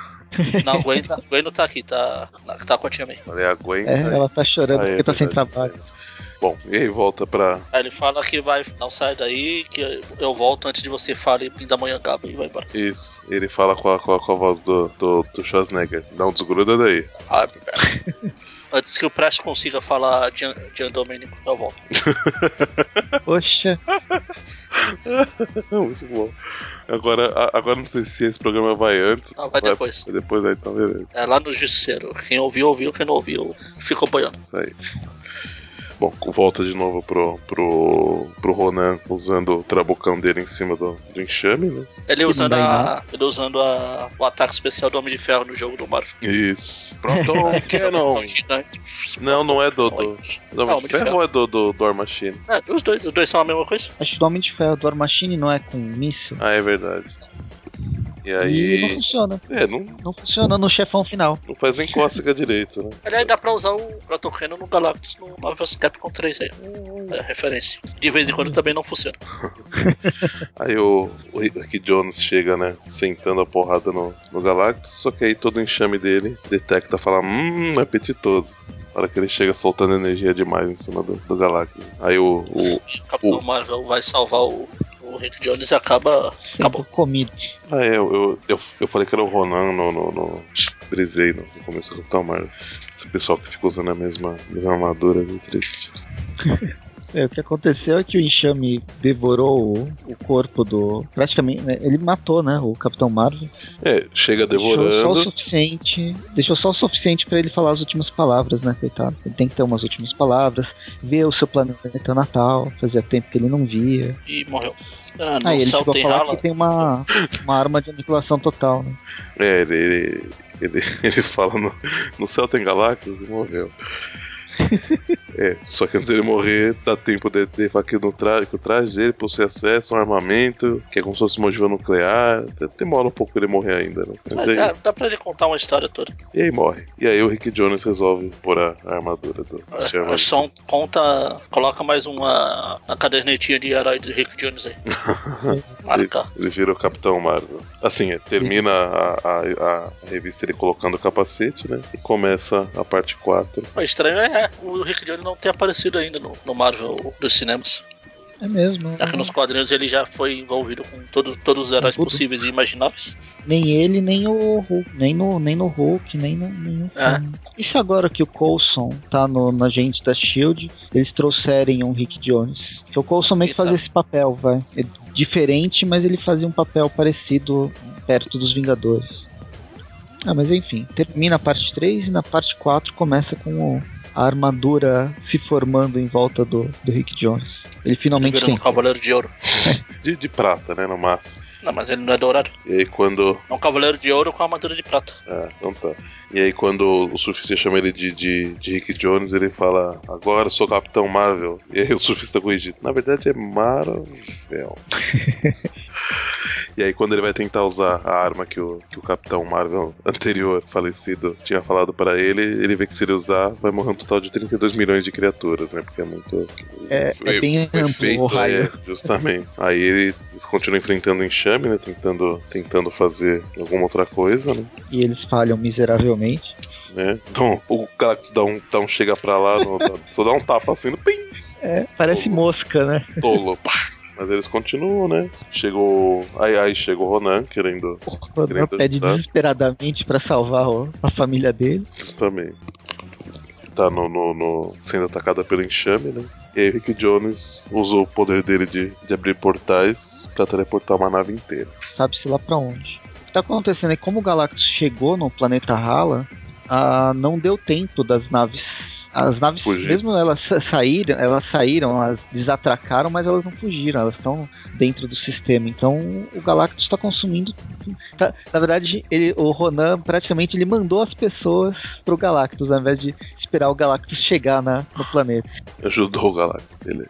[SPEAKER 3] Não, o Gwen, o Gwen não tá aqui, tá, tá com a Tia May.
[SPEAKER 5] Falei, aguenta.
[SPEAKER 4] É, ela tá chorando
[SPEAKER 5] Aí,
[SPEAKER 4] porque tá sem
[SPEAKER 5] Ah, verdade.
[SPEAKER 4] trabalho.
[SPEAKER 5] Bom, e aí volta pra.
[SPEAKER 3] Aí ele fala que vai, não sai daí, que eu volto antes de você fale Pindamonhangaba e vai embora.
[SPEAKER 5] Isso. Ele fala com a, com a, com a voz do, do, do Schwarzenegger. Não desgruda daí.
[SPEAKER 3] Ah, [laughs] Antes que o Prest consiga falar Gian, Gian Domenico, eu volto.
[SPEAKER 4] Poxa,
[SPEAKER 5] Muito bom. Agora, a- agora não sei se esse programa vai antes.
[SPEAKER 3] Não, vai depois.
[SPEAKER 5] Vai depois aí, então beleza.
[SPEAKER 3] É lá no Justiceiro. Quem ouviu, ouviu. Quem não ouviu, ficou boiando.
[SPEAKER 5] Isso aí. Bom, volta de novo pro, pro, pro Ronan usando o trabucão dele em cima do, do enxame, né?
[SPEAKER 3] Ele
[SPEAKER 4] não
[SPEAKER 3] usando,
[SPEAKER 4] dá em
[SPEAKER 3] a, ele usando a, o ataque especial do Homem de Ferro no jogo do Marvel.
[SPEAKER 5] Isso. Proton Cannon!
[SPEAKER 3] [laughs] Um gigante.
[SPEAKER 5] Não, não é do. do, do
[SPEAKER 3] Não,
[SPEAKER 5] Homem de Ferro ou é do, do, do War Machine?
[SPEAKER 3] É, os, dois, os dois são a mesma coisa.
[SPEAKER 4] acho que o Homem de Ferro do War Machine não é com míssil.
[SPEAKER 5] Ah, é verdade. E
[SPEAKER 4] E não
[SPEAKER 5] aí.
[SPEAKER 4] funciona.
[SPEAKER 5] É, não,
[SPEAKER 4] Não funciona no chefão final.
[SPEAKER 5] não faz nem cócega direito, né?
[SPEAKER 3] Aliás, dá pra usar o Proton Cannon no Galactus no Marvel Capcom 3 aí. É referência. De vez em quando também não funciona.
[SPEAKER 5] Aí o, o Rick Jones chega, né? Sentando a porrada no, no Galactus, só que aí todo o enxame dele detecta e fala: Hum, apetitoso. Na hora que ele chega soltando energia demais em cima do, do Galactus. Aí o, o-
[SPEAKER 3] O Capitão
[SPEAKER 5] o-
[SPEAKER 3] Marvel vai salvar o, o Rick Jones e acaba. Acabou.
[SPEAKER 4] Sendo comido.
[SPEAKER 5] Ah, é, eu, eu, eu, eu falei que era o Ronan no. no, no brisei no, no começo do Capitão Marvel. Esse pessoal que fica usando a mesma, mesma armadura, viu? Triste.
[SPEAKER 4] É, o que aconteceu é que o enxame devorou o, o corpo do. Praticamente, né, ele matou, né? O Capitão Marvel.
[SPEAKER 5] É, chega
[SPEAKER 4] Deixou só o
[SPEAKER 5] devorando.
[SPEAKER 4] suficiente. Deixou só o suficiente pra ele falar as últimas palavras, né, coitado? Ele tem que ter umas últimas palavras, ver o seu planeta natal, fazia tempo que ele não via.
[SPEAKER 3] e morreu. Ah, no
[SPEAKER 4] Aí ele
[SPEAKER 3] céu
[SPEAKER 4] chegou a
[SPEAKER 3] tem
[SPEAKER 4] falar
[SPEAKER 3] rala.
[SPEAKER 4] que tem uma, uma arma de aniquilação total, né?
[SPEAKER 5] É, ele. ele... Ele, [laughs] ele fala no, no céu tem Galactus e morreu. É, só que antes dele morrer, dá tempo de ter aqui no traje, que o traje dele possui acesso a um armamento, que é como se fosse uma ogiva nuclear. Até Demora um pouco pra ele morrer ainda, né? Mas
[SPEAKER 3] Mas
[SPEAKER 5] aí-
[SPEAKER 3] É, dá, dá pra ele contar uma história toda.
[SPEAKER 5] E aí morre. E aí o Rick Jones resolve pôr a a armadura do desse
[SPEAKER 3] O
[SPEAKER 5] armadura.
[SPEAKER 3] som É um conta. Coloca mais uma, uma cadernetinha de herói do Rick Jones aí.
[SPEAKER 5] Ele,
[SPEAKER 3] Marca.
[SPEAKER 5] ele vira o Capitão Marvel. Assim, é, termina a, a- a revista ele colocando o capacete, né? E começa a parte 4.
[SPEAKER 3] O estranho é o Rick Jones não ter aparecido ainda no, no Marvel dos cinemas.
[SPEAKER 4] É mesmo.
[SPEAKER 3] Já que nos quadrinhos ele já foi envolvido com todo, todos os heróis
[SPEAKER 4] Tudo.
[SPEAKER 3] possíveis e imagináveis.
[SPEAKER 4] Nem ele, nem o Hulk. Nem no, nem no Hulk, nem no. Nem no
[SPEAKER 3] É.
[SPEAKER 4] filme. E se agora que o Coulson tá no, na gente da Shield, eles trouxerem um Rick Jones? Que o Coulson meio que
[SPEAKER 3] Isso.
[SPEAKER 4] fazia esse papel, vai. É diferente, mas ele fazia um papel parecido perto dos Vingadores. Ah, mas enfim, termina a parte 3 e na parte 4 começa com o- a armadura se formando em volta do, do Rick Jones. Ele
[SPEAKER 3] Ele
[SPEAKER 4] finalmente
[SPEAKER 3] vira um
[SPEAKER 4] tem.
[SPEAKER 3] Cavaleiro de Ouro.
[SPEAKER 5] De, de prata, né? No máximo.
[SPEAKER 3] Não, mas ele não é dourado.
[SPEAKER 5] E aí quando.
[SPEAKER 3] É um Cavaleiro de Ouro com armadura de prata.
[SPEAKER 5] Ah, então tá. E aí quando o surfista chama ele de, de, de Rick Jones, ele fala, agora eu sou o Capitão Marvel. E aí o surfista corrige. Na verdade é Marvel. [laughs] e aí quando ele vai tentar usar a arma que o, que o Capitão Marvel anterior, falecido, tinha falado pra ele, ele vê que se ele usar, vai morrer um total de 32 milhões de criaturas, né? Porque é muito.
[SPEAKER 4] É, é bem
[SPEAKER 5] o
[SPEAKER 4] amplo
[SPEAKER 5] efeito
[SPEAKER 4] o raio.
[SPEAKER 5] é, justamente. Aí ele- eles continuam enfrentando o enxame, né? Tentando, tentando fazer alguma outra coisa, né?
[SPEAKER 4] E eles falham miseravelmente.
[SPEAKER 5] né? Então, o Galactus dá um, dá um chega pra lá, [laughs] no- dá- só dá um tapa assim, no pim,
[SPEAKER 4] É, parece mosca, né?
[SPEAKER 5] tolo, pá. Mas eles continuam, né? Chegou. Aí, aí chega o Ronan, querendo
[SPEAKER 4] O Ronan
[SPEAKER 5] Querendo
[SPEAKER 4] pede
[SPEAKER 5] ajudar.
[SPEAKER 4] desesperadamente pra salvar o- a família dele.
[SPEAKER 5] isso também. Tá no, no- no- sendo atacada pelo enxame, né? E aí, Rick Jones usou o poder dele de, de abrir portais pra teleportar uma nave inteira.
[SPEAKER 4] Sabe-se lá pra onde. O que tá acontecendo é que como o Galactus chegou no planeta Hala, ah, não deu tempo das naves. As naves,
[SPEAKER 5] Fugir.
[SPEAKER 4] mesmo elas sa- saíram, elas saíram, elas desatracaram, mas elas não fugiram, elas estão dentro do sistema. Então o Galactus está consumindo. tá- na verdade, ele- o Ronan praticamente ele mandou as pessoas pro Galactus, ao invés de esperar o Galactus chegar na- no planeta.
[SPEAKER 5] Ajudou o Galactus, ele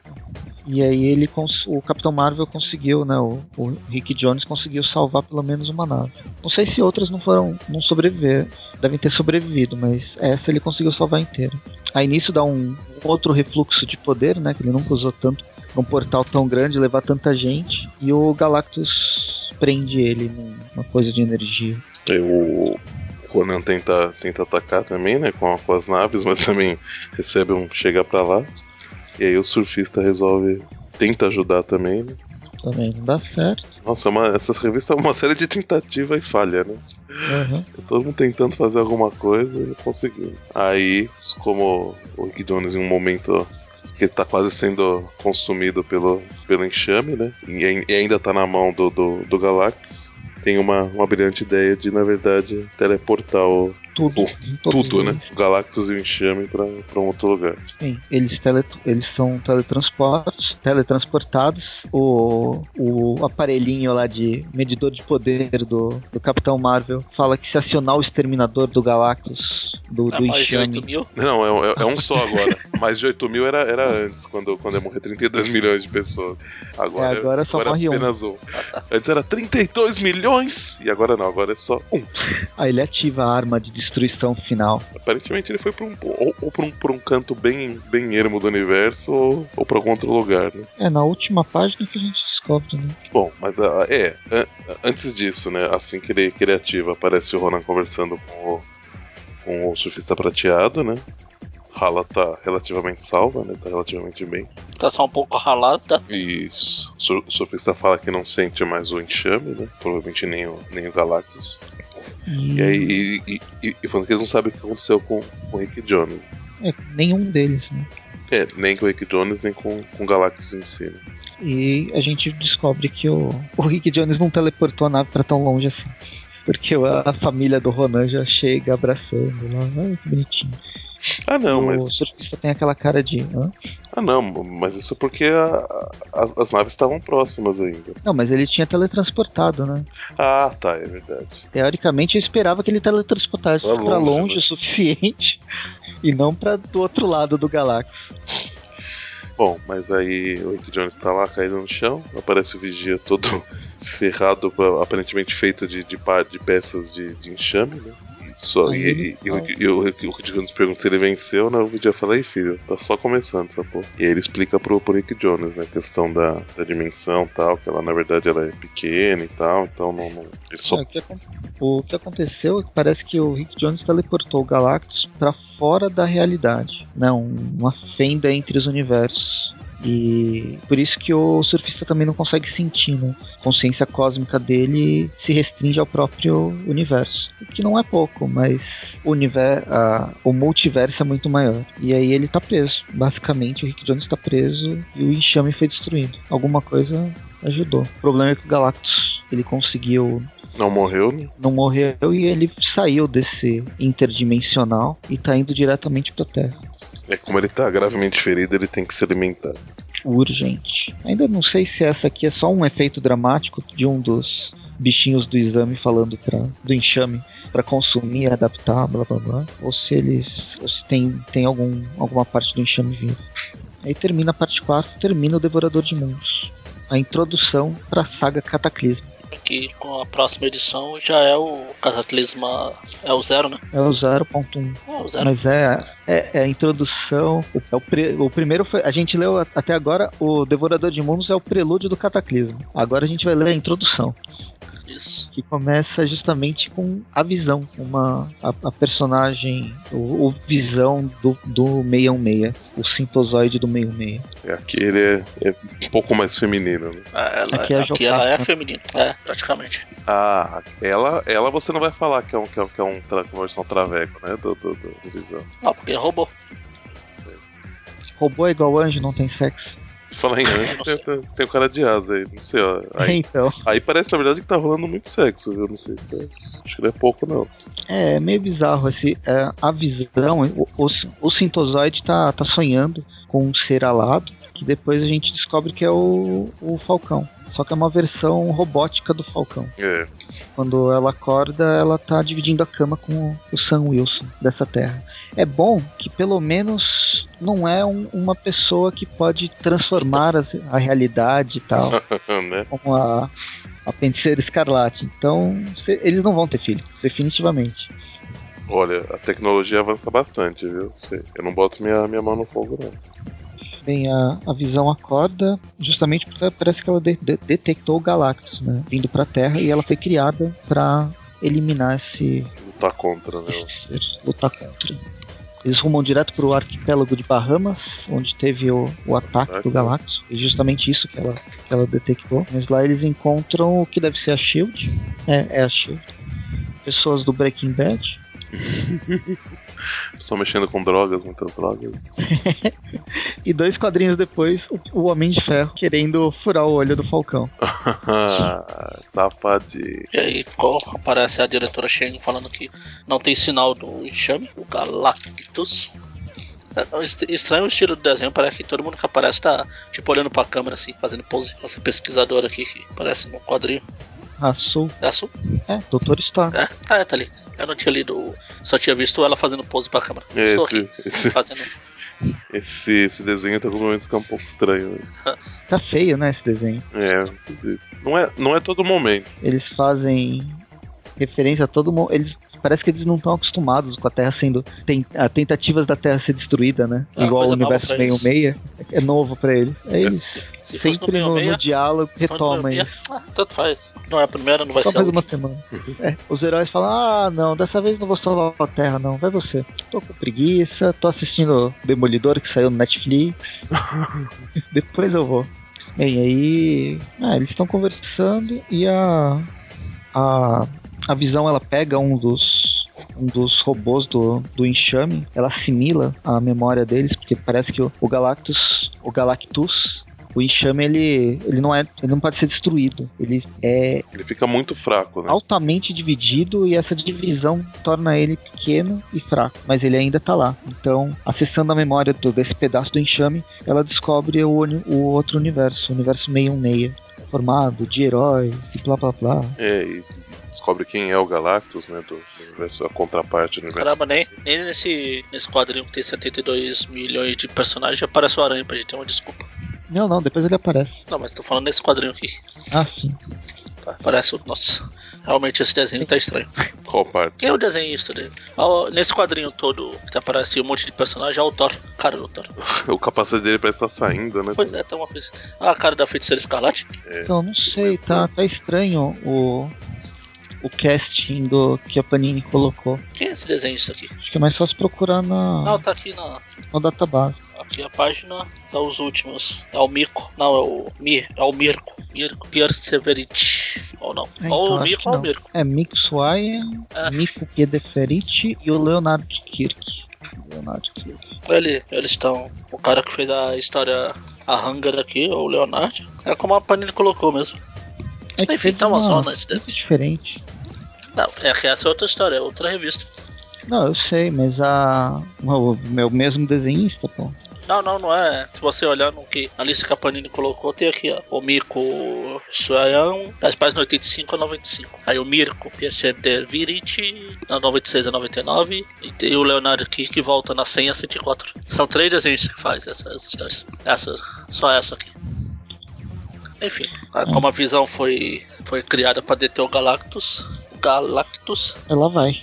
[SPEAKER 4] E aí ele cons- o Capitão Marvel conseguiu, né? O, o Rick Jones conseguiu salvar pelo menos uma nave. Não sei se outras não foram, não sobreviver, devem ter sobrevivido, mas essa ele conseguiu salvar inteira. Aí nisso dá um outro refluxo de poder, né? Que ele nunca usou tanto pra um portal tão grande, levar tanta gente. E o Galactus prende ele num- numa coisa de energia.
[SPEAKER 5] É, o o Conan tenta, tenta atacar também, né? Com, com as naves, mas também recebe um chega pra lá. E aí o surfista resolve. Tenta ajudar também, né?
[SPEAKER 4] Também não dá certo.
[SPEAKER 5] Nossa, é uma, essa revista é uma série de tentativa e falha, né?
[SPEAKER 4] Uhum.
[SPEAKER 5] Todo mundo tentando fazer alguma coisa e não conseguindo. Aí, como o Rick Jones em um momento que ele tá quase sendo consumido pelo, pelo enxame, né? E, ai- e ainda tá na mão do, do, do Galactus. Tem uma, uma brilhante ideia de, na verdade, teleportar o,
[SPEAKER 4] Tudo. todos
[SPEAKER 5] tudo, né?
[SPEAKER 4] eles.
[SPEAKER 5] O Galactus e o enxame pra, pra um outro lugar.
[SPEAKER 4] Sim, eles, tele, eles são teletransportados, teletransportados. O, o aparelhinho lá de medidor de poder do, do Capitão Marvel fala que se acionar o exterminador do Galactus, do,
[SPEAKER 5] É
[SPEAKER 3] Ah,
[SPEAKER 4] do
[SPEAKER 3] mais de 8
[SPEAKER 4] enxame,
[SPEAKER 3] mil.
[SPEAKER 5] Não, é, um- é- é um só agora.
[SPEAKER 4] [laughs]
[SPEAKER 5] Mais de 8 mil era, era antes, quando, quando ia morrer 32 milhões de pessoas. Agora,
[SPEAKER 4] É, agora só morre um.
[SPEAKER 5] apenas um. Antes era 32 milhões e agora não, agora é só um.
[SPEAKER 4] aí ele ativa a arma de destruição final.
[SPEAKER 5] Aparentemente ele foi pra um, ou, ou pra um, pra um canto bem, bem ermo do universo ou, ou pra algum outro lugar, né?
[SPEAKER 4] É na última página que a gente descobre, né?
[SPEAKER 5] Bom, mas ah, é, an- antes disso, né? Assim que ele, que ele ativa, aparece o Ronan conversando com o, com o surfista prateado, né? Hala tá relativamente salva, né? Tá relativamente bem.
[SPEAKER 3] Tá só um pouco ralada.
[SPEAKER 5] Isso. O sur- o surfista fala que não sente mais o enxame, né? Provavelmente nem o, nem o Galactus. E aí, e, e, e- e falando que eles não sabem o que aconteceu com, com o Rick Jones.
[SPEAKER 4] É, nenhum deles, né?
[SPEAKER 5] É, nem com o Rick Jones, nem com, com o Galactus em si. né?
[SPEAKER 4] E a gente descobre que o, o Rick Jones não teleportou a nave pra tão longe assim. Porque a, a família do Ronan já chega abraçando lá. Ai, que bonitinho.
[SPEAKER 5] Ah, não,
[SPEAKER 4] o
[SPEAKER 5] mas.
[SPEAKER 4] surfista tem aquela cara de. "Hã?"
[SPEAKER 5] Ah, não, mas isso é porque a- a- as naves estavam próximas ainda.
[SPEAKER 4] Não, mas ele tinha teletransportado, né?
[SPEAKER 5] Ah, tá, é verdade.
[SPEAKER 4] Teoricamente eu esperava que ele teletransportasse
[SPEAKER 5] Pra
[SPEAKER 4] pra
[SPEAKER 5] longe,
[SPEAKER 4] longe,
[SPEAKER 5] né?
[SPEAKER 4] o suficiente [laughs] e não pra do outro lado do galáxia.
[SPEAKER 5] Bom, mas aí o Rick Jones tá lá caído no chão, aparece o vigia todo [laughs] ferrado, aparentemente feito de, de, pa- de peças de, de enxame, né? E, só,
[SPEAKER 4] Aí
[SPEAKER 5] e,
[SPEAKER 4] ele-
[SPEAKER 5] e- e o- e o e o Rick Jones pergunta se ele venceu, né? O vigia fala, aí filho, tá só começando essa porra. E aí ele explica pro, pro Rick Jones, né? A questão da, da dimensão e tal, que ela na verdade ela é pequena e tal, então não. não- ele só.
[SPEAKER 4] É, O, que acon- o que aconteceu é que parece que o Rick Jones teleportou o Galactus pra fora da realidade. Não, uma fenda entre os universos. E por isso que o surfista também não consegue sentir, né? A consciência cósmica dele se restringe ao próprio universo. O que não é pouco, mas o, univer- a- o multiverso é muito maior. E aí ele tá preso. Basicamente, o Rick Jones tá preso e o enxame foi destruído. Alguma coisa ajudou. O problema é que o Galactus ele conseguiu
[SPEAKER 5] Não morreu, né?
[SPEAKER 4] não morreu e ele saiu desse interdimensional e tá indo diretamente pra Terra.
[SPEAKER 5] É como ele tá gravemente ferido, ele tem que se alimentar.
[SPEAKER 4] urgente. Ainda não sei se essa aqui é só um efeito dramático de um dos bichinhos do exame falando pra, do enxame para consumir, adaptar, blá blá blá, ou se eles ou se tem tem algum alguma parte do enxame vivo. Aí termina a parte 4, termina o Devorador de Mundos. A introdução pra saga Cataclisma.
[SPEAKER 3] Que com a próxima edição já é o Cataclisma. É o zero, né?
[SPEAKER 4] É o 0.1.
[SPEAKER 3] É o zero.
[SPEAKER 4] Mas é, é, é a introdução. O, é o, pre- o primeiro foi. A gente leu a- até agora o Devorador de Mundos é o prelúdio do Cataclisma. Agora a gente vai ler a introdução.
[SPEAKER 3] Isso.
[SPEAKER 4] que começa justamente com a visão, uma a, a personagem, o, o visão do, do 616, o sintozoide do 616.
[SPEAKER 5] É, Aqui ele é, é um pouco mais feminino, né?
[SPEAKER 3] É, Ela,
[SPEAKER 4] Aqui é a
[SPEAKER 3] aqui ela é
[SPEAKER 4] Jocasta.
[SPEAKER 3] feminina. É, praticamente.
[SPEAKER 5] Ah, ela, ela você não vai falar que é um, que é um, que é um tra- uma versão traveco, né? Do, do, do, do Visão.
[SPEAKER 3] Não, porque roubou.
[SPEAKER 4] Robô é igual anjo, não tem sexo.
[SPEAKER 5] Falar em anjo,
[SPEAKER 3] Não
[SPEAKER 5] tem,
[SPEAKER 3] sei.
[SPEAKER 5] tem, tem o cara de asa aí, não sei, ó. Aí,
[SPEAKER 4] [laughs] Então,
[SPEAKER 5] aí parece, na verdade, que tá rolando muito sexo, viu? Não sei se é. Acho que não é pouco, não.
[SPEAKER 4] é, é meio bizarro esse, é, a visão, o, o, o sintozoide tá, tá sonhando com um ser alado, que depois a gente descobre que é o, o Falcão. Só que é uma versão robótica do Falcão.
[SPEAKER 5] É. [laughs]
[SPEAKER 4] Quando ela acorda, ela tá dividindo a cama com o Sam Wilson dessa terra. É bom que pelo menos não é um- uma pessoa que pode transformar as- a, realidade e tal,
[SPEAKER 5] né?
[SPEAKER 4] como a, a Feiticeira Escarlate. Então, cê- eles não vão ter filho, definitivamente.
[SPEAKER 5] Olha, a tecnologia avança bastante, viu? Sei. Eu não boto minha, minha mão no fogo, não.
[SPEAKER 4] Bem, a, a visão acorda justamente porque parece que ela de- de- detectou o Galactus, né? Vindo pra Terra e ela foi criada pra eliminar esse,
[SPEAKER 5] Lutar contra, né?
[SPEAKER 4] esse ser, lutar contra. Eles rumam direto para o arquipélago de Bahamas, onde teve o, o ataque do Galactus. E justamente isso que ela, que ela detectou. Mas lá eles encontram o que deve ser a Shield. É, é a Shield. Pessoas do Breaking Bad.
[SPEAKER 5] Só mexendo com drogas, muitas [laughs] drogas.
[SPEAKER 4] e dois quadrinhos depois, o, o Homem de Ferro querendo furar o olho do Falcão.
[SPEAKER 5] Safadinho.
[SPEAKER 3] E aí qual aparece a diretora Shane falando que não tem sinal do enxame, o Galactus. É um est- Estranho o estilo do desenho, parece que todo mundo que aparece tá tipo olhando pra câmera assim, fazendo pose. Essa pesquisadora aqui que parece um quadrinho.
[SPEAKER 4] A Sul.
[SPEAKER 3] É azul?
[SPEAKER 4] É, Doutor Stark.
[SPEAKER 3] É, tá, é, tá ali. Eu não tinha lido, só tinha visto ela fazendo pose pra câmera.
[SPEAKER 5] É,
[SPEAKER 3] Estou
[SPEAKER 5] esse-
[SPEAKER 3] aqui, fazendo.
[SPEAKER 5] Esse, esse desenho tá com momentos que é um pouco estranho. né?
[SPEAKER 4] Tá feio, né, esse desenho.
[SPEAKER 5] É, não é, não é todo momento.
[SPEAKER 4] Eles fazem referência a todo mundo. Eles parece que eles não estão acostumados com a Terra sendo tem, a tentativas da Terra ser destruída, né?
[SPEAKER 3] É uma
[SPEAKER 4] Igual o
[SPEAKER 3] coisa nova
[SPEAKER 4] universo
[SPEAKER 3] pra
[SPEAKER 4] meio
[SPEAKER 3] eles.
[SPEAKER 4] meia é novo pra eles. Aí Eles
[SPEAKER 3] [laughs] Se fosse
[SPEAKER 4] sempre no,
[SPEAKER 3] meio-meia,
[SPEAKER 4] no diálogo
[SPEAKER 3] quando no
[SPEAKER 4] retomam
[SPEAKER 3] meio-meia,
[SPEAKER 4] isso.
[SPEAKER 3] ah, Tanto faz. Não é a primeira, não vai
[SPEAKER 4] Só
[SPEAKER 3] ser a
[SPEAKER 4] mais uma
[SPEAKER 3] última.
[SPEAKER 4] semana. É, os heróis falam: Ah, não, dessa vez não vou salvar a Terra, não. Vai você. Tô com preguiça, tô assistindo Demolidor que saiu no Netflix. Depois eu vou. Bem, aí. ah, eles estão conversando e a. A. A visão ela pega um dos. Um dos robôs do, do enxame, ela assimila a memória deles, porque parece que o, o Galactus. O Galactus. O enxame ele, ele não é, ele não pode ser destruído. Ele é
[SPEAKER 5] Ele fica muito fraco, né?
[SPEAKER 4] altamente dividido e essa divisão torna ele pequeno e fraco, mas ele ainda tá lá. Então, acessando a memória do- desse pedaço do enxame, ela descobre o, uni- o outro universo, o universo 616, formado de heróis e blá blá blá.
[SPEAKER 5] É, e descobre quem é o Galactus, né? Do do universo, a contraparte do universo.
[SPEAKER 3] Caramba, nem, nem nesse, nesse quadrinho que tem 72 milhões de personagens aparece o Aranha pra gente ter uma desculpa.
[SPEAKER 4] Não, não, depois ele aparece.
[SPEAKER 3] Não, mas tô falando nesse quadrinho aqui. tá?
[SPEAKER 4] Ah, sim.
[SPEAKER 3] Parece o. Nossa, realmente esse desenho tá estranho.
[SPEAKER 5] Qual parte?
[SPEAKER 3] Quem é o desenhista dele? Ó, Nesse quadrinho todo que aparece um monte de personagem, é o Thor. Cara do Thor.
[SPEAKER 5] O capacete dele parece estar saindo, né?
[SPEAKER 3] Pois é, tá uma coisa. Ah, a cara da feiticeira escarlate.
[SPEAKER 4] Então, não sei, tá, tá estranho o, o casting do que a Panini colocou.
[SPEAKER 3] Quem é esse desenhista aqui?
[SPEAKER 4] Acho que é mais fácil procurar na,
[SPEAKER 3] Não, tá aqui na.
[SPEAKER 4] na database.
[SPEAKER 3] Aqui a página são os últimos. É o Mico. Não, é o Mir. É o Mirko. Mirko Pierceverich. Ou não.
[SPEAKER 4] É,
[SPEAKER 3] ou
[SPEAKER 4] então,
[SPEAKER 3] o
[SPEAKER 4] acho
[SPEAKER 3] Mico
[SPEAKER 4] que
[SPEAKER 3] ou o
[SPEAKER 4] não.
[SPEAKER 3] Mirko.
[SPEAKER 4] É Mick Swire,
[SPEAKER 3] Ah.
[SPEAKER 4] Nico Piedeferitti e o Leonardo Kirk. Leonardo Kirk.
[SPEAKER 3] Ele, eles estão. O cara que fez a história a Hangar aqui, ou o Leonardo. É como a Panini colocou mesmo.
[SPEAKER 4] É que
[SPEAKER 3] Enfim,
[SPEAKER 4] fez
[SPEAKER 3] tá uma zona esse
[SPEAKER 4] coisa
[SPEAKER 3] desenho.
[SPEAKER 4] diferente.
[SPEAKER 3] Não, é que essa é outra história, é outra revista.
[SPEAKER 4] Não, eu sei, mas a. O meu mesmo desenhista, pô.
[SPEAKER 3] Não, não, não é. Se você olhar no que a lista que a Panini colocou, tem aqui, ó. O Mico Suayan, das páginas 85 a 95. Aí o Mirko Piacedervirici, na 96 a 99. E tem o Leonardo aqui que volta na 100 a 104. São três desenhos que faz essas histórias. Essa, só essa aqui. Enfim, a- como a visão foi, foi criada para deter o Galactus, o Galactus,
[SPEAKER 4] Ela vai.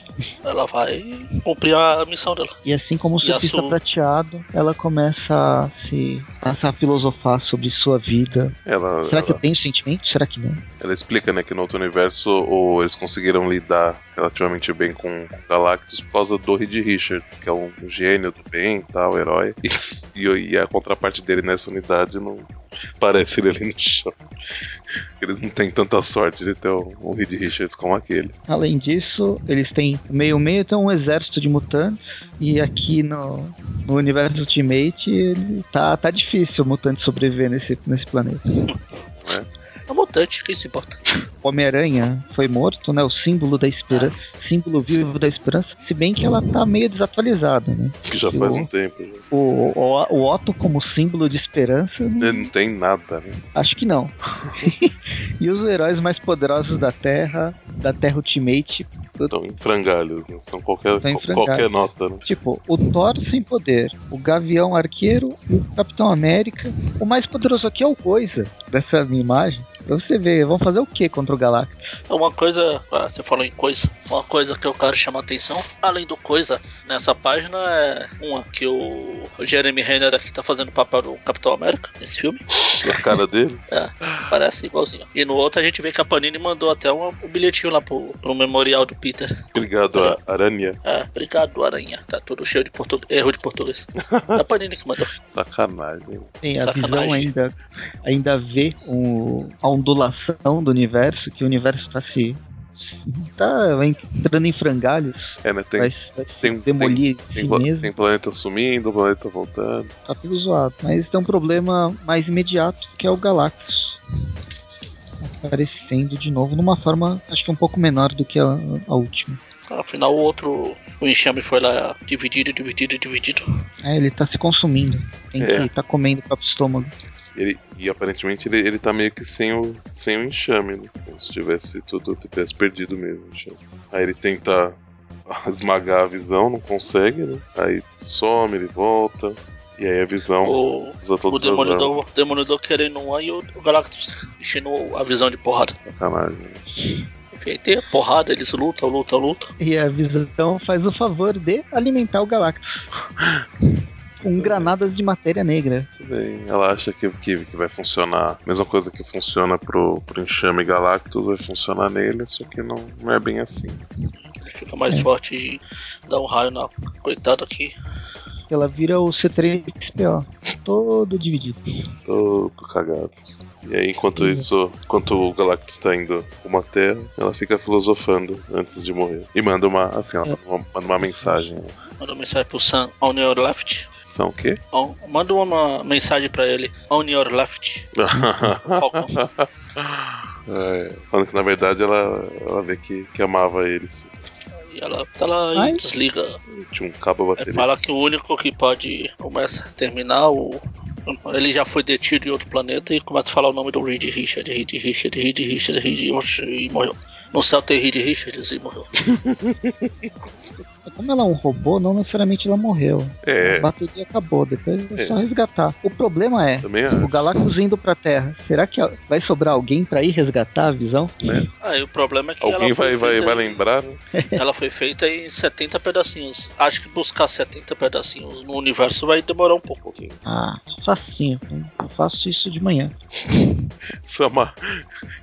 [SPEAKER 3] ela vai cumprir a missão dela.
[SPEAKER 4] E assim como o
[SPEAKER 3] E a
[SPEAKER 4] surfista
[SPEAKER 3] Su-
[SPEAKER 4] prateado, ela começa a se. Passa a filosofar sobre sua vida.
[SPEAKER 5] Ela,
[SPEAKER 4] Será que eu
[SPEAKER 5] ela,
[SPEAKER 4] tenho sentimento? Será que não?
[SPEAKER 5] ela explica, né, que no outro universo ou eles conseguiram lidar relativamente bem com o Galactus por causa do Reed Richards, que é um gênio do bem e tal, herói. [laughs] E, e a contraparte dele nessa unidade não parece ele ali no chão. Eles não têm tanta sorte de ter um, um Reed Richards como aquele.
[SPEAKER 4] Além disso, eles têm meio meio tem um exército de mutantes e aqui no, no universo Ultimate ele tá tá difícil o mutante sobreviver nesse nesse planeta.
[SPEAKER 3] É um mutante, quem se importa?
[SPEAKER 4] O Homem-Aranha foi morto, né? O símbolo da esperança, símbolo vivo da esperança, se bem que ela tá meio desatualizada, né?
[SPEAKER 5] Que já faz um tempo. já.
[SPEAKER 4] O, o, o Otto como símbolo de esperança, né,
[SPEAKER 5] Ele não tem nada, né?
[SPEAKER 4] acho que não. [laughs] e os heróis mais poderosos da Terra, da Terra Ultimate,
[SPEAKER 5] Estão Então, em frangalhos, né? São qualquer,
[SPEAKER 4] Estão Tá em
[SPEAKER 5] qual-
[SPEAKER 4] frangalhos.
[SPEAKER 5] qualquer nota, né?
[SPEAKER 4] Tipo, o Thor sem poder, o Gavião Arqueiro e o Capitão América. O mais poderoso aqui é o Coisa, dessa minha imagem. Pra você ver, vão fazer o que contra o Galactus?
[SPEAKER 3] É Uma coisa, ah, você falou em coisa, uma coisa que eu quero chamar a atenção, além do coisa, nessa página é uma que o Jeremy Renner aqui tá fazendo o papel do Capitão América nesse filme.
[SPEAKER 5] A cara dele.
[SPEAKER 3] É, parece igualzinho. E no outro a gente vê que a Panini mandou até um, um bilhetinho lá pro, pro memorial do Peter.
[SPEAKER 5] Obrigado, a Aranha.
[SPEAKER 3] É, obrigado, Aranha. Tá tudo cheio de portu... erro de português. É a Panini que mandou.
[SPEAKER 5] Sacanagem.
[SPEAKER 4] Sim, a
[SPEAKER 3] Sacanagem.
[SPEAKER 4] visão ainda, ainda vê o- a ondulação do universo, que o universo tá se. tá entrando em frangalhos.
[SPEAKER 5] É, né? Tem,
[SPEAKER 4] vai, se- vai se
[SPEAKER 5] tem-
[SPEAKER 4] demolir em
[SPEAKER 5] tem,
[SPEAKER 4] si
[SPEAKER 5] pla-
[SPEAKER 4] mesmo.
[SPEAKER 5] tem planeta sumindo, planeta voltando.
[SPEAKER 4] Tá tudo zoado. Mas tem um problema mais imediato, que é o Galactus. Aparecendo de novo numa forma, acho que um pouco menor do que a, a última.
[SPEAKER 3] Afinal, o outro, o enxame foi lá dividido, dividido, dividido.
[SPEAKER 4] É, ele tá se consumindo. Tem
[SPEAKER 5] É.
[SPEAKER 4] que tá comendo o próprio estômago.
[SPEAKER 5] Ele, e aparentemente ele, ele tá meio que sem o, sem o enxame, né? Como se tivesse tudo, tivesse perdido mesmo o enxame. Aí ele tenta esmagar a visão, não consegue, né? Aí some, ele volta. E aí a visão
[SPEAKER 3] O,
[SPEAKER 5] usa
[SPEAKER 3] o
[SPEAKER 5] todas as armas.
[SPEAKER 3] Demolidor, Demolidor querendo um aí, o o Galactus enchendo a visão de porrada.
[SPEAKER 5] Sacanagem.
[SPEAKER 3] Enfim, tem porrada, eles lutam, lutam, lutam.
[SPEAKER 4] E a visão faz o favor de alimentar o Galactus. Com granadas de matéria negra.
[SPEAKER 5] Tudo bem. Ela acha que, que, que vai funcionar. A mesma coisa que funciona pro, pro enxame Galactus vai funcionar nele, só que não, não é bem assim.
[SPEAKER 3] Ele fica mais
[SPEAKER 4] É.
[SPEAKER 3] forte e dá um raio na coitada aqui.
[SPEAKER 4] Ela vira o C3PO. Todo dividido.
[SPEAKER 5] Todo cagado. E aí, enquanto
[SPEAKER 4] Sim.
[SPEAKER 5] isso, enquanto o Galactus tá indo pra uma terra, ela fica filosofando antes de morrer. E manda uma, assim, ela
[SPEAKER 4] É.
[SPEAKER 5] manda uma, manda uma mensagem. né?
[SPEAKER 3] Manda uma mensagem pro Sam on your left.
[SPEAKER 5] São o quê?
[SPEAKER 3] On- manda uma mensagem pra ele on your left. Falcão.
[SPEAKER 5] É, falando que na verdade ela, ela vê que, que amava ele. assim.
[SPEAKER 3] E ela tá lá e
[SPEAKER 4] Ai.
[SPEAKER 3] desliga.
[SPEAKER 5] Tinha um cabo a
[SPEAKER 3] É,
[SPEAKER 5] bateria.
[SPEAKER 3] fala que o único que pode começa a terminar o. Ele já foi detido em outro planeta e começa a falar o nome do Reed Richard, Reed Richard, Reed Richard, Reed Richard e morreu. No céu tem Reed Richards e morreu.
[SPEAKER 4] Como ela é um robô, não necessariamente ela morreu.
[SPEAKER 5] É,
[SPEAKER 4] A bateria acabou, depois é,
[SPEAKER 5] É.
[SPEAKER 4] só resgatar. O problema é,
[SPEAKER 5] também ah.
[SPEAKER 4] o
[SPEAKER 5] acho.
[SPEAKER 4] Galactus indo pra Terra, será que vai sobrar alguém pra ir resgatar a visão?
[SPEAKER 5] Né?
[SPEAKER 3] Aí o problema é que
[SPEAKER 5] Alguém
[SPEAKER 3] ela
[SPEAKER 5] vai,
[SPEAKER 3] foi
[SPEAKER 5] vai,
[SPEAKER 3] feita,
[SPEAKER 5] vai lembrar, né?
[SPEAKER 3] [laughs] Ela foi feita em 70 pedacinhos. Acho que buscar 70 pedacinhos no universo vai demorar um pouco.
[SPEAKER 4] Ah, facinho. Eu faço isso de manhã.
[SPEAKER 5] Isso é uma.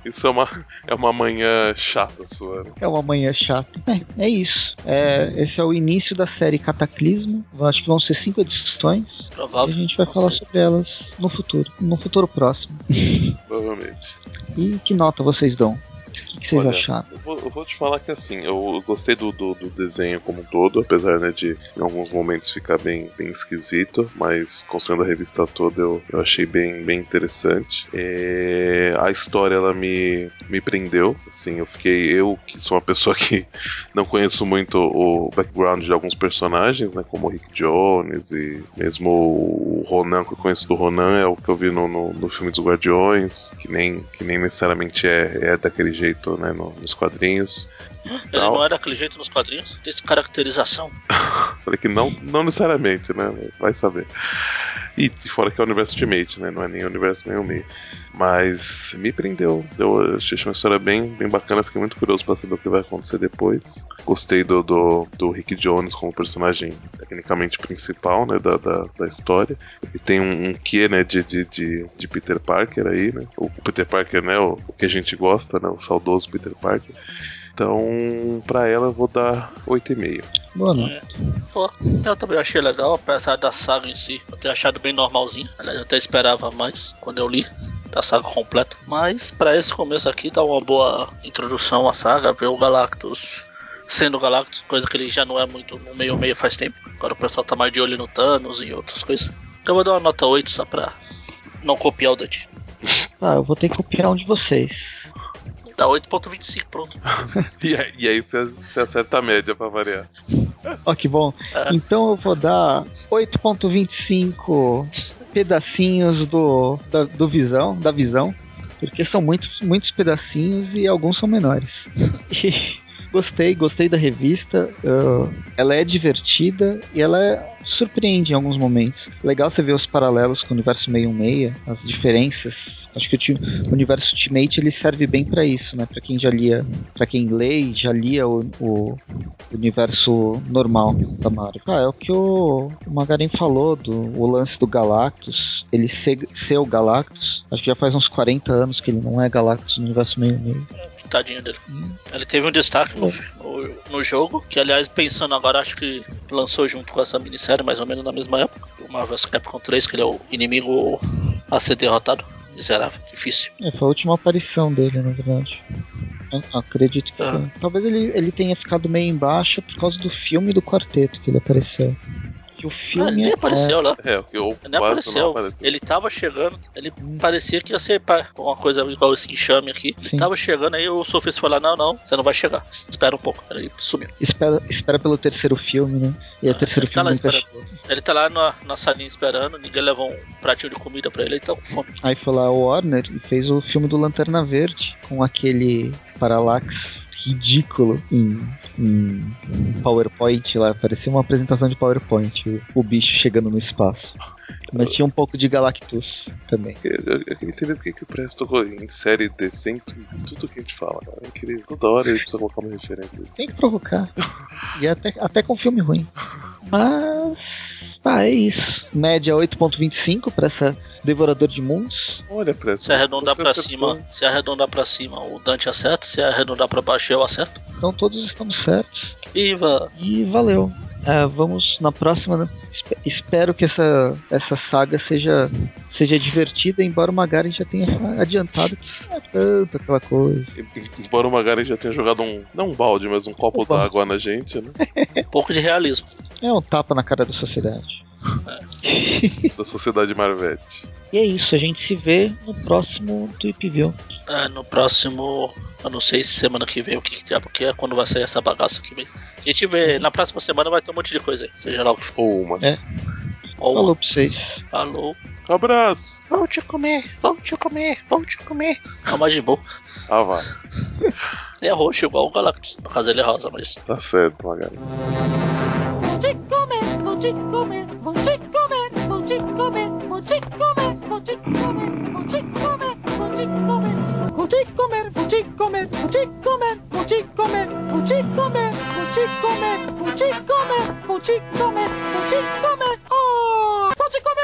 [SPEAKER 5] Isso é uma. É uma manhã chata sua. né?
[SPEAKER 4] É uma manhã chata. É, é isso. É, esse é o início da série Cataclismo. Eu Acho que vão ser cinco edições. E a
[SPEAKER 3] Provável.
[SPEAKER 4] gente vai
[SPEAKER 3] Não
[SPEAKER 4] falar
[SPEAKER 3] sei.
[SPEAKER 4] sobre elas no futuro, no futuro próximo.
[SPEAKER 5] Provavelmente.
[SPEAKER 4] E que nota vocês dão? O que, que vocês
[SPEAKER 5] Olha,
[SPEAKER 4] acharam?
[SPEAKER 5] Eu vou, eu vou te falar que assim, eu eu gostei do, do, do desenho como um todo, apesar né, de em alguns momentos ficar bem, bem esquisito, mas considerando a revista toda eu, eu achei bem, bem interessante. É, a história ela me, me prendeu, assim, eu fiquei, eu que sou uma pessoa que não conheço muito o background de alguns personagens, né, como o Rick Jones e mesmo o Ronan, que eu conheço do Ronan, é o que eu vi no, no, no filme dos Guardiões, que nem, que nem necessariamente é, é daquele jeito, né, no- nos quadrinhos.
[SPEAKER 3] Ele
[SPEAKER 5] Então-
[SPEAKER 3] não é daquele jeito nos quadrinhos? Descaracterização.
[SPEAKER 5] Falei que não, não necessariamente, né? Vai saber. E e fora que é o universo Ultimate, né? Não é nem o universo meio meio. Mas me prendeu. Eu achei uma história bem, bem bacana, fiquei muito curioso pra saber o que vai acontecer depois. Gostei do, do, do Rick Jones como personagem tecnicamente principal, né? Da, da, da história. E tem um, um quê, né? De, de, de, de Peter Parker aí, né? O Peter Parker, né? O, o que a gente gosta, né? O saudoso Peter Parker. Então, pra ela eu vou dar 8,5.
[SPEAKER 4] Boa nota.
[SPEAKER 3] Pô, eu também achei legal, apesar da saga em si. Eu ter achado bem normalzinho. Aliás, eu até esperava mais quando eu li da saga completa. Mas pra esse começo aqui dá uma boa introdução à saga, ver o Galactus sendo o Galactus, coisa que ele já não é muito no meio meio faz tempo. Agora o pessoal tá mais de olho no Thanos e outras coisas. Eu vou dar uma nota 8 só pra não copiar o Dante.
[SPEAKER 4] Tá, eu vou ter que copiar um de vocês.
[SPEAKER 3] Dá 8.25, pronto.
[SPEAKER 5] E aí, e aí você, você acerta a média pra variar.
[SPEAKER 4] [laughs] Ó, que bom.
[SPEAKER 3] É.
[SPEAKER 4] Então eu vou dar 8.25 pedacinhos do, da, do visão, da visão, porque são muitos, muitos pedacinhos e alguns são menores. [laughs] E gostei, gostei da revista. ah, ela é Uh, divertida e ela é surpreende em alguns momentos. Legal você ver os paralelos com o universo 616, as diferenças. Acho que o, ti- o universo Ultimate ele serve bem pra isso, né? Pra quem já lia, para quem lê e já lia o, o universo normal da Marvel. Ah, é o que o, o Magarin falou do o lance do Galactus, ele ser, ser o Galactus. Acho que já faz uns 40 anos que ele não é Galactus no universo meio meio.
[SPEAKER 3] Tadinho dele. Ele teve um destaque no, no- no jogo, que aliás, pensando agora, acho que lançou junto com essa minissérie, mais ou menos na mesma época. O Marvel Capcom 3, que ele é o inimigo a ser derrotado. Miserável, difícil.
[SPEAKER 4] É, foi a última aparição dele, na verdade. Eu acredito que.
[SPEAKER 3] Ah.
[SPEAKER 4] foi. Talvez ele, ele tenha ficado meio embaixo por causa do filme do quarteto que ele apareceu. Que o
[SPEAKER 3] Ah,
[SPEAKER 4] filme
[SPEAKER 3] ele nem
[SPEAKER 4] é-
[SPEAKER 3] apareceu lá.
[SPEAKER 5] É, o que eu
[SPEAKER 3] Ele nem
[SPEAKER 5] quase não
[SPEAKER 3] apareceu.
[SPEAKER 5] apareceu.
[SPEAKER 3] Ele tava chegando, ele parecia que ia ser pá, uma coisa igual esse enxame aqui. Ele
[SPEAKER 4] Hum. Sim.
[SPEAKER 3] tava chegando, aí o Sofis falou: Não, não, você não vai chegar. Espera um pouco. Ele sumiu.
[SPEAKER 4] espera, espera pelo terceiro filme, né? E o terceiro
[SPEAKER 3] ele tá lá
[SPEAKER 4] filme nunca
[SPEAKER 3] esperando. Ele tá lá na, na salinha esperando, ninguém levou um pratinho de comida pra ele, então fome.
[SPEAKER 4] Aí foi lá o Warner e fez o filme do Lanterna Verde com aquele Parallax ridículo em, em PowerPoint lá. Parecia uma apresentação de PowerPoint, o, o bicho chegando no espaço. Mas tinha um pouco de Galactus também.
[SPEAKER 5] Eu, eu, eu queria entender por que que o Presto em série decente em tudo que a gente fala, cara. É incrível. Toda hora ele precisa colocar uma referência.
[SPEAKER 4] Tem que provocar. E até, até com filme ruim. Mas. Tá, é isso. Média 8.25 pra essa Devorador de Mundos.
[SPEAKER 5] Olha, Presto.
[SPEAKER 3] Se arredondar
[SPEAKER 5] você
[SPEAKER 3] pra
[SPEAKER 5] acertou.
[SPEAKER 3] cima, se arredondar pra cima, o Dante acerta, se arredondar pra baixo, eu acerto.
[SPEAKER 4] Então todos estamos certos.
[SPEAKER 3] Viva!
[SPEAKER 4] E valeu. É, vamos na próxima. né? Espe- Espero que essa, essa saga seja, seja divertida, embora o Magari já tenha adiantado que não é tanto aquela coisa.
[SPEAKER 5] Embora o Magari já tenha jogado um. Não um balde, mas um copo
[SPEAKER 4] Opa.
[SPEAKER 5] d'água na gente, né?
[SPEAKER 3] Um pouco de realismo.
[SPEAKER 4] É um tapa na cara da sociedade.
[SPEAKER 5] Da sociedade Marvete.
[SPEAKER 4] E é isso, a gente se vê no próximo Tweep View.
[SPEAKER 3] É, no próximo. Eu não sei se semana que vem o que que diabo que é, quando vai sair essa bagaça aqui mesmo. A gente vê, na próxima semana vai ter um monte de coisa aí, seja lá o que for.
[SPEAKER 5] Ou uma.
[SPEAKER 3] Ou-
[SPEAKER 4] Falou pra vocês.
[SPEAKER 3] Falou.
[SPEAKER 5] Abraço!
[SPEAKER 3] Vão te comer, vão te comer, vão te comer. É mais de boa.
[SPEAKER 5] Ah, vá.
[SPEAKER 3] É roxo igual o Galactus. No caso ele é rosa, mas
[SPEAKER 5] Tá certo, Magari.
[SPEAKER 1] Vou te comer, vou te comer, vou te comer, vou te comer, vou te comer, vou te comer, vou te comer, vou te comer, vou te comer, vou te comer, vou te comer, vou te comer, vou te comer, vou te comer, vou te comer, vou te comer, vou te comer, oh, vou te comer.